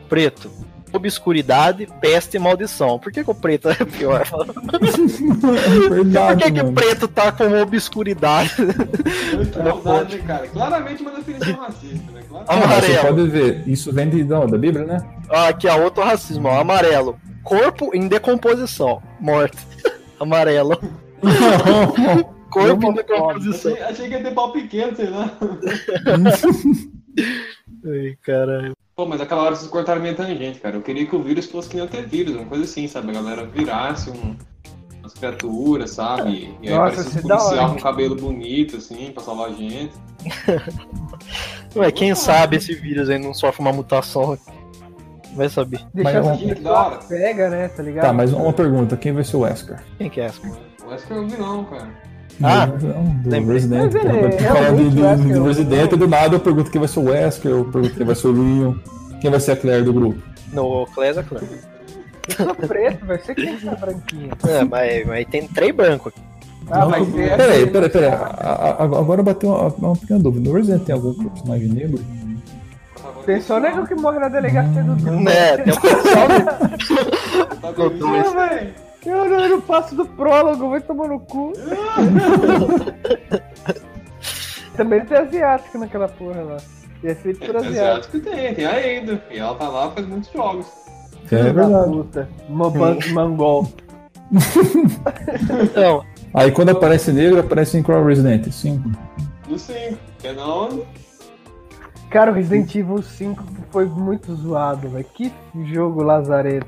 Preto, obscuridade, peste e maldição. Por que, que o preto é pior? Por Verdade, que, que o mano. preto tá com obscuridade? Que maldade, né, cara? Claramente uma definição racista, né? Claramente. Ah, mas Você Amarelo. pode ver, isso vem de, não, da Bíblia, né? Ah, aqui, ó, outro racismo, ó, amarelo. corpo em decomposição, morto. Amarelo. Corpo em Hemofóbico. decomposição. Achei, achei que ia ter pau pequeno, sei lá. Ai, caralho. Pô, mas aquela hora vocês cortaram minha tangente, cara. Eu queria que o vírus fosse que nem o T-vírus, uma coisa assim, sabe? A galera virasse um, umas criaturas, sabe? E aí Nossa, parecia isso uns é da policial hora. com cabelo bonito, assim, pra salvar a gente. Ué, quem sabe esse vírus aí não sofre uma mutação. Vai saber. Mas Deixar é um essa vamos- pessoa cega, né? Tá ligado? Tá, mas uma pergunta: quem vai ser o Wesker? Quem que é essa? Eu acho que eu vi não, cara. Ah, Não, do lembrei. Resident. Mas ele é Eu falo realmente do, do- Wesker, do eu- Resident, do nada eu pergunto quem vai ser o Wesker, eu pergunto quem vai ser o Leon, quem vai ser a Claire do grupo. No Clesa, claro. Eu sou preto, vai ser quem tá branquinho. É, mas, mas tem três brancos aqui. Ah, Não, vai ser. Peraí, peraí, peraí. A- a- a- Agora bateu uma, uma pequena dúvida. No Resident tem algum personagem negro? Tem só nego que morre na delegacia do Dudu. Né, tem um pessoal né? Tá bem, Cortou esse. velho. Eu não, eu não passo do prólogo, vai tomar no cu. Também tem asiático naquela porra lá. E é feito por É, asiático. asiático tem, tem a Ada. E ela tá lá faz muitos jogos. É Filho da verdade. Puta. Moban mangol. Então, Aí quando aparece negro, aparece em Crow Resident. Sim. No 5. Porque não. Cara, o Resident Evil 5 foi muito zoado, velho. Que jogo lazarento.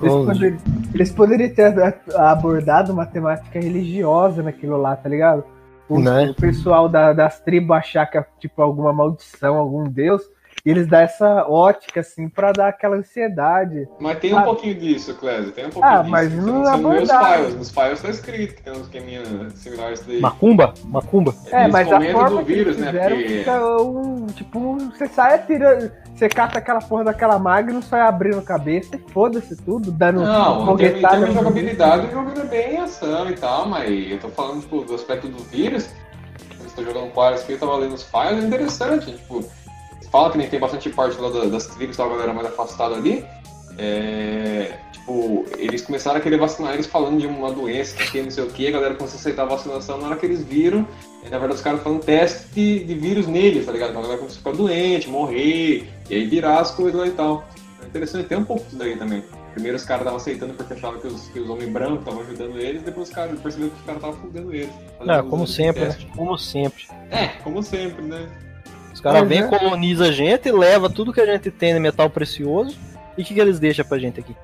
Eles, Ô, poderi- eles poderiam ter a- a- abordado uma temática religiosa naquilo lá, tá ligado? O, Né? o pessoal da- das tribos achar que é tipo alguma maldição, algum deus, e eles dão essa ótica, assim, pra dar aquela ansiedade. Mas tem um Ah. pouquinho disso, Clésio. Tem um pouquinho Ah, disso. mas Você não você viu os abordaram. files. Nos files tá escrito que tem uns esqueminhas similares daí. Macumba? Macumba? É, Eles mas a comentam forma do vírus, que né? eles fizeram Porque- fica um, tipo, um- você sai atirando, você cata aquela porra daquela magno, sai abrindo a cabeça, e foda-se tudo, dando Não, em termos, em foguetada termos de no- jogabilidade, o jogo ainda é bem em ação e tal, mas eu tô falando tipo, do aspecto do vírus. Eu estou jogando Quares aqui, eu tava lendo os files, é interessante. Tipo, fala que nem tem bastante parte lá da- das tribos, da galera mais afastada ali. É, tipo, eles começaram a querer vacinar eles falando de uma doença que tem, não sei o que, a galera começou a aceitar a vacinação na hora que eles viram. é, Na verdade, os caras fazendo teste de, de vírus neles, tá ligado? Pra galera começou a ficar doente, morrer, e aí virar as coisas lá e tal. É interessante, tem um pouco disso daí também. Primeiro os caras estavam aceitando porque achavam que os, que os homens brancos estavam ajudando eles, depois os caras perceberam que os caras estavam fudendo eles. Ah, Fazendo como os sempre, né? testes. Como sempre. É, como sempre, né? Os caras Pois vêm, Uhum. é. colonizam a gente, leva tudo que a gente tem de metal precioso. E o que, que eles deixam pra gente aqui?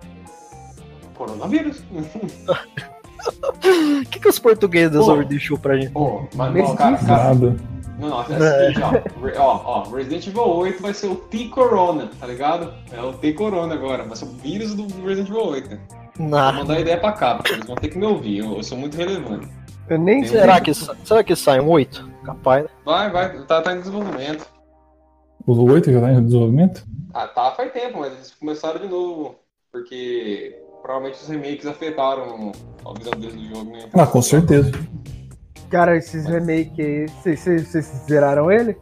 Coronavírus. O que, que os portugueses Pô. resolveram deixou pra gente? Pô, mas não, cara, Mestiço. cara, Nada. Não, não, é o seguinte, ó, Re- ó, ó, Resident Evil 8 vai ser o T-Corona, tá ligado? É o T-Corona agora, vai ser o vírus do Resident Evil 8. né? Vou Na... mandar a ideia pra cá, porque eles vão ter que me ouvir, eu, eu sou muito relevante. Eu um nem sei. Será que, sa- será que sai um oito? Capaz, né? Vai, vai, tá, tá em desenvolvimento. Os oito já tá em desenvolvimento? Ah, tá, faz tempo, mas eles começaram de novo, porque provavelmente os remakes afetaram a visão deles do jogo, né? Ah, com certeza. Cara, esses remake aí, vocês- vocês vocês zeraram ele?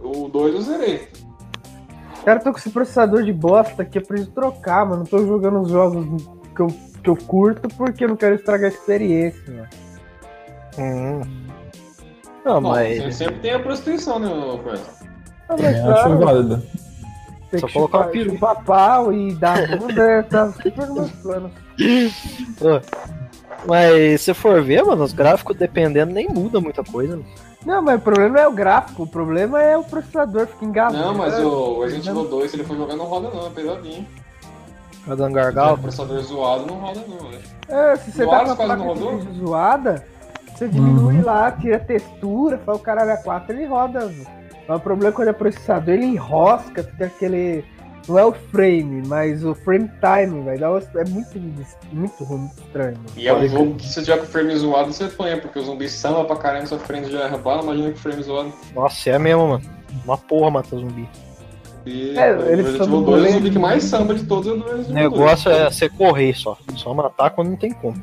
O 2 eu zerei. Cara, eu tô com esse processador de bosta aqui, eu preciso trocar, mano. Eu Tô jogando os jogos que eu, que eu curto porque eu não quero estragar a experiência, mano. Hum. Não, Bom, Ah, mas. Sempre tem a prostituição, né, Coelho? Ah, Também É, acho válida. tem Só que colocar chupar- o peru. chupar pau e dar bunda, tá super nos meus planos. Mas se for ver, mano, os gráficos dependendo nem muda muita coisa. né? Não, mas o problema não é o gráfico, o problema é o processador, fica engasgado. Não, mas o Resident Evil 2, se ele for jogar, não roda não, é pesadinho. Tá dando O gargalo. processador zoado não roda não, né? É, se você tá Nossa, com a quase placa não de rodou? vídeo zoada, você diminui Uhum. lá, tira a textura, faz o caralho a 4 ele roda. viu? Mas o problema é quando é processador, ele enrosca, fica aquele. Não é o frame, mas o frame time, vai dar uma- É muito, muito ruim, muito estranho. mano. E é um jogo que se você tiver com o frame zoado, você apanha, porque os zumbis samba pra caramba, sua frente já é rabada, imagina que o frame zoado. Nossa, é mesmo, mano. Uma porra matar zumbi. E É, o eles Resident são Evil 2, o lentos. zumbi que mais samba de todos é o do Resident O Evil 2. negócio é você correr só. Só matar quando não tem como.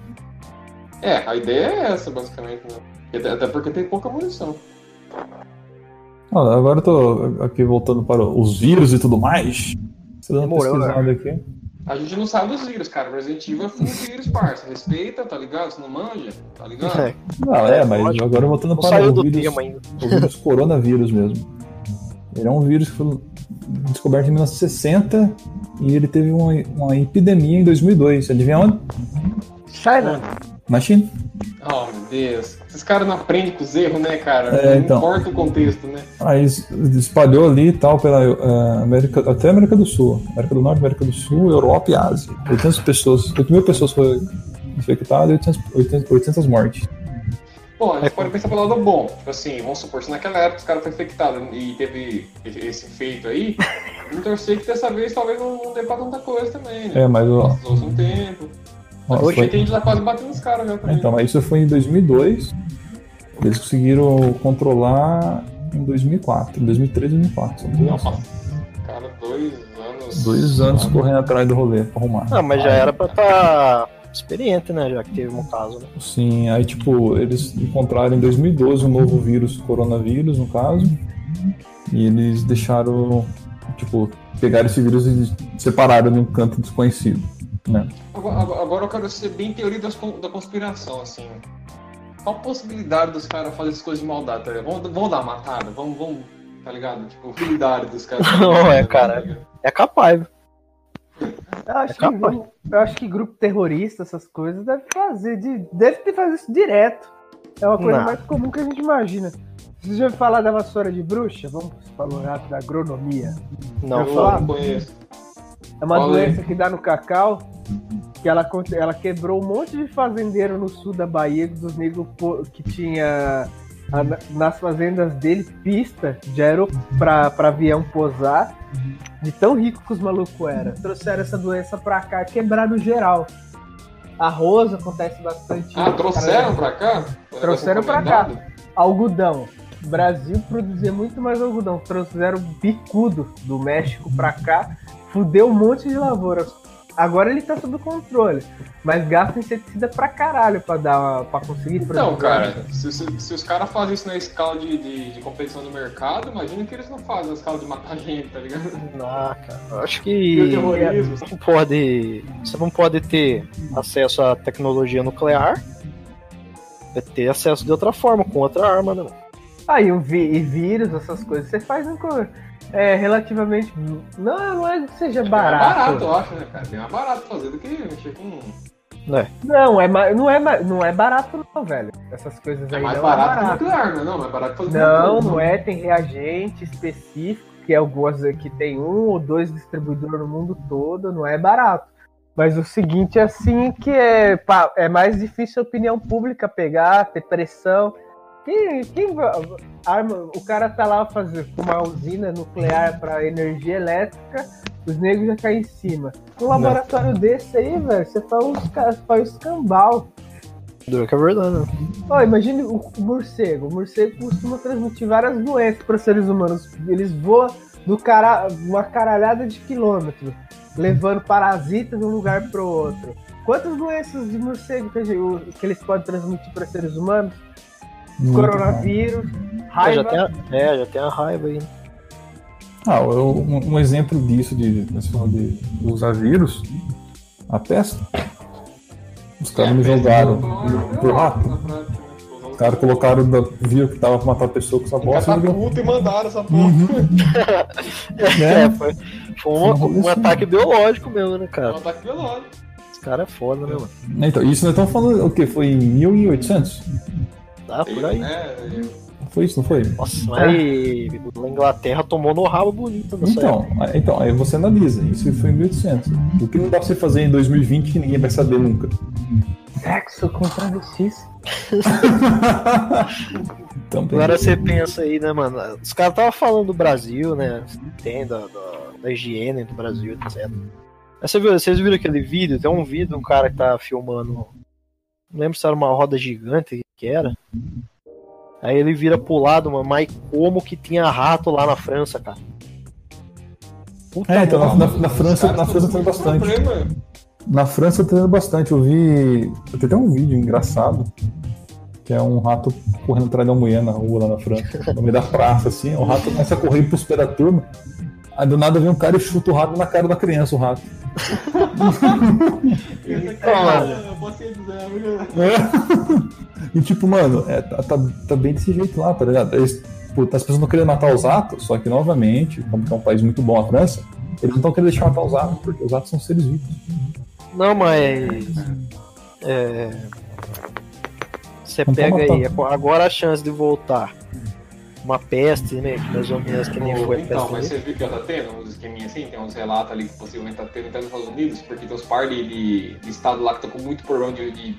É, a ideia é essa, basicamente, né? E Até até porque tem pouca munição. Ah, agora eu tô aqui voltando para os vírus e tudo mais. Tô dando uma Demorou, né? pesquisada aqui. A gente não sabe dos vírus, cara. Resident Evil é full vírus, parça. Respeita, tá ligado? Você não manja, tá ligado? É, Ah, é, mas Lógico. agora voltando não para saiu o do vírus, tema ainda. o vírus coronavírus mesmo. Ele é um vírus que foi descoberto em 1960 E ele teve uma, uma epidemia em 2002. Adivinha onde? China. Na China. Oh, meu Deus. Esses caras não aprendem com os erros, né, cara? É, não então. importa o contexto, né? Aí es- espalhou ali e tal pela eh, América, até América do Sul, América do Norte, América do Sul, Europa e Ásia. 800 pessoas, 8 mil pessoas foram infectadas e 800, 800, 800 mortes. Bom, É. a gente pode pensar pelo lado bom. Tipo assim, vamos supor, se naquela época os caras foram infectados e teve esse efeito aí, vamos torcer que dessa vez talvez não, não dê pra tanta coisa também, né? É, mas ó, Passou um tempo. ó, Hoje foi- que a gente tá quase batendo os caras já também. então, mas isso foi em 2002. Eles conseguiram controlar em 2004, 2003, 2004. são dois- Nossa, cara, dois anos. Dois anos correndo atrás do rolê pra arrumar. Ah, mas já era pra estar experiente, né? Já que teve um caso, né? Sim, aí tipo, eles encontraram em 2012 um novo vírus, coronavírus no caso, e eles deixaram, tipo, pegaram esse vírus e separaram num canto desconhecido, né? Agora, agora- agora eu quero ser bem teoria das con- da conspiração, assim. Qual a possibilidade dos caras fazerem essas coisas de maldade, tá ligado? Vamos, vamos dar uma matada, vamos, vamos, tá ligado? Tipo, habilidade dos caras. Não, é, cara. É capaz. Eu acho, É que, capaz. grupo- eu acho que grupo terrorista, essas coisas, deve fazer. De, deve ter fazer isso direto. É uma coisa Não. mais comum que a gente imagina. Vocês já ouviram falar da vassoura de bruxa? Vamos falar rápido da agronomia. Não, Eu Eu não conheço. É uma Qual é? doença que dá no cacau, que ela, conte- ela quebrou um monte de fazendeiro no sul da Bahia, dos negros po- que tinha a- nas fazendas dele pista de aero pra, pra avião posar, de tão rico que os malucos eram. Trouxeram essa doença pra cá, quebraram geral. Arroz acontece bastante. Ah, trouxeram pra cá? Foi um Trouxeram negócio pra cá. encomendado? Algodão. O Brasil produzia muito mais algodão. Trouxeram bicudo do México pra cá. Fudeu um monte de lavoura. Agora ele tá sob controle. Mas gasta inseticida pra caralho pra, dar, pra conseguir produzir. Então, cara, se, se- se os caras fazem isso na escala de, de, de competição do mercado, imagina que eles não fazem na escala de matar gente, tá ligado? não, cara. Eu acho E o que um terrorismo. não pode, você não pode ter acesso à tecnologia nuclear. Vai ter acesso de outra forma, com outra arma, né? mano? Aí um vi- e vírus, essas coisas, você faz em co- é, relativamente. Não, não é que seja É barato, barato. eu acho, né, cara? Bem mais barato fazer do que mexer com. Não, é, ma- não, é, ma- não é barato, não, velho. Essas coisas É aí mais não barato, é barato. que nuclear, né? Não, mais barato fazer Não, nuclear. não é. Tem reagente específico, que é algumas que tem um ou dois distribuidores no mundo todo, não é barato. Mas o seguinte é assim que é, pá, é mais difícil a opinião pública pegar, ter pressão. Quem, quem va- arma, o cara tá lá fazendo uma usina nuclear para energia elétrica, os negros já caem em cima. Um laboratório desse aí, velho, você faz um, esca- faz um escambau. Duro que é verdade, né? Ó, imagine o morcego. O morcego costuma transmitir várias doenças para seres humanos. Eles voam do cara... uma caralhada de quilômetros, levando parasitas de um lugar pro outro. Quantas doenças de morcego que, a gente- o- que eles podem transmitir para seres humanos? Muito bom. Coronavírus, É, já raiva. tem a, é, já tem a raiva aí. né? Ah, eu- um, um exemplo disso, de, desse negócio de usar vírus, a peste. Os É, caras é me jogaram pro rato. Os caras colocaram, da, viram que tava pra matar a pessoa com essa bosta. Uhum. e jogou- Catapulta e mandaram essa porra. É. É, foi, foi um, um ataque biológico mesmo, né, É um cara? ataque biológico. Esse cara é foda, né, mano? Então, isso nós estamos falando, o quê? Foi em 1800? Tá por aí. É, Foi isso, não foi? Nossa, mas aí, a Inglaterra tomou no rabo bonito nessa época. Então, aí- então, aí você analisa, isso foi em 1800. O que não dá pra você fazer em 2020 que ninguém vai saber nunca? Sexo com travestis. Também. Agora você pensa aí, né, mano? Os caras estavam falando do Brasil, né? Tem da, da, da higiene do Brasil, etc. Mas você viu, vocês viram aquele vídeo? Tem um vídeo de um cara que tá filmando. Não lembro se era uma roda gigante que- que era. Aí ele vira pro lado, mano, mas como que tinha rato lá na França, cara? Puta É, então, merda. na, na- na França, na França tem bastante. Na França tem bastante. Eu vi. Tem até um vídeo engraçado. Que é um rato correndo atrás da mulher na rua lá na França. No meio da praça, assim. O rato começa a correr pros pés da turma. Aí do nada vem um cara e chuta o rato na cara da criança, o rato. É, E tipo, mano, é, tá, tá, tá bem desse jeito lá, tá ligado? Eles, pô, as pessoas não querendo matar os ratos, só que novamente, como que é um país muito bom a França, Eles não estão querendo deixar matar os atos, porque os atos são seres vivos. Não, mas. É. Você Não tá pega aí, matando. ago- agora a chance de voltar. Uma peste, né? Mais ou menos que nem Ô, foi a então, peste. mas negra. você viu que ela tá tendo uns esqueminhas assim, tem uns relatos ali que possivelmente tá tendo até nos Estados Unidos, porque tem uns par de, de, de estado lá que tá com muito problema de, de-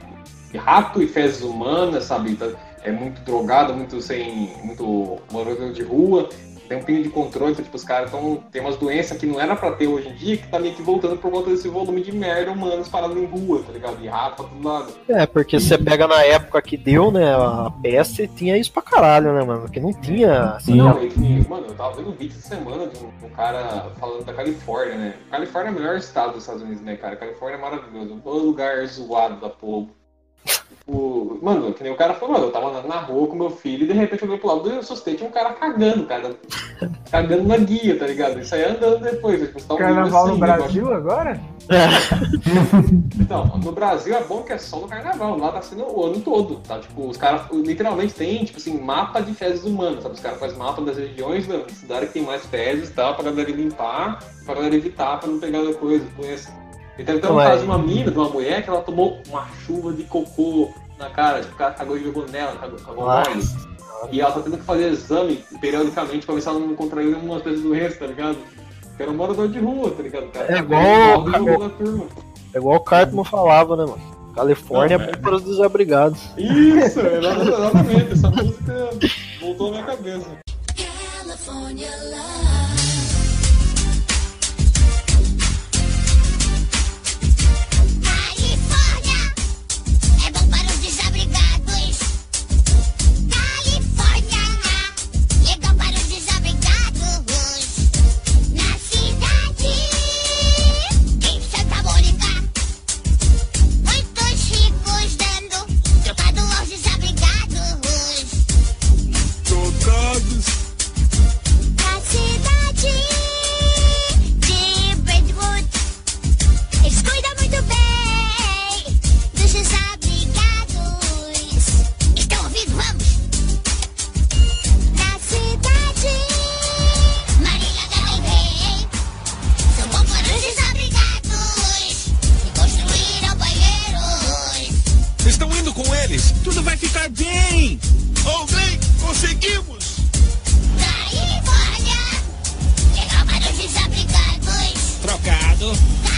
de rato e fezes humanas, sabe? Tá- é muito drogado, muito sem. muito morador de rua, tem um pinho de controle, então, tipo, os caras tão. tem umas doenças que não era pra ter hoje em dia, que tá meio que voltando por conta desse volume de merda humanos parados em rua, tá ligado? De rato pra todo lado. É, porque você pega na época que deu, né? A peste tinha isso pra caralho, né, mano? Que não tinha. assim, Sim. Não, e que, mano, eu tava vendo um vídeo essa semana de um, de um cara falando da Califórnia, né? Califórnia é o melhor estado dos Estados Unidos, né, cara? Califórnia é maravilhoso. O lugar zoado da porra. Tipo, mano, que nem o cara falou, mano, eu tava andando na rua com meu filho e de repente eu olhei pro lado e eu assustei, tinha um cara cagando, cara. Cagando na guia, tá ligado? Isso aí andando depois. Tipo, você tá um Carnaval no livro assim, negócio- Brasil agora? então, no Brasil é bom que é só no carnaval, lá tá sendo o ano todo, tá? Tipo, os caras literalmente tem, tipo assim, mapa de fezes humanas, sabe? Os caras fazem mapa das regiões, da cidade que tem mais fezes e tal, pra galera limpar, pra galera evitar, pra não pegar coisa, conhece. E teve até um Ué. caso de uma mina, de uma mulher, que ela tomou uma chuva de cocô na cara, tipo, o cara cagou e jogou nela, cagou, cagou Nossa óleo. E ela tá tendo que fazer exame periodicamente pra ver se ela não contraiu nenhuma dessas doenças, tá ligado? Que era um morador de rua, tá ligado? Cara, É igual- Tá jogando na turma. É igual o Cartman falava, né, mano? Califórnia Não, é bom para os desabrigados. Isso, é, exatamente. Essa música voltou na minha cabeça. California love. Califórnia é bom para os desabrigados. Califórnia legal para os desabrigados. Na cidade em Santa Mônica, muitos ricos dando trocado aos desabrigados. A cidade de Brentwood Eles cuidam muito bem dos desabrigados Estão ouvindo? Vamos! Na cidade Marília del Rey São bons para os desabrigados E construíram banheiros Estão indo com eles. Tudo vai ficar bem. Alguém, conseguimos. Califórnia Legal para os desabrigados Trocado. Califórnia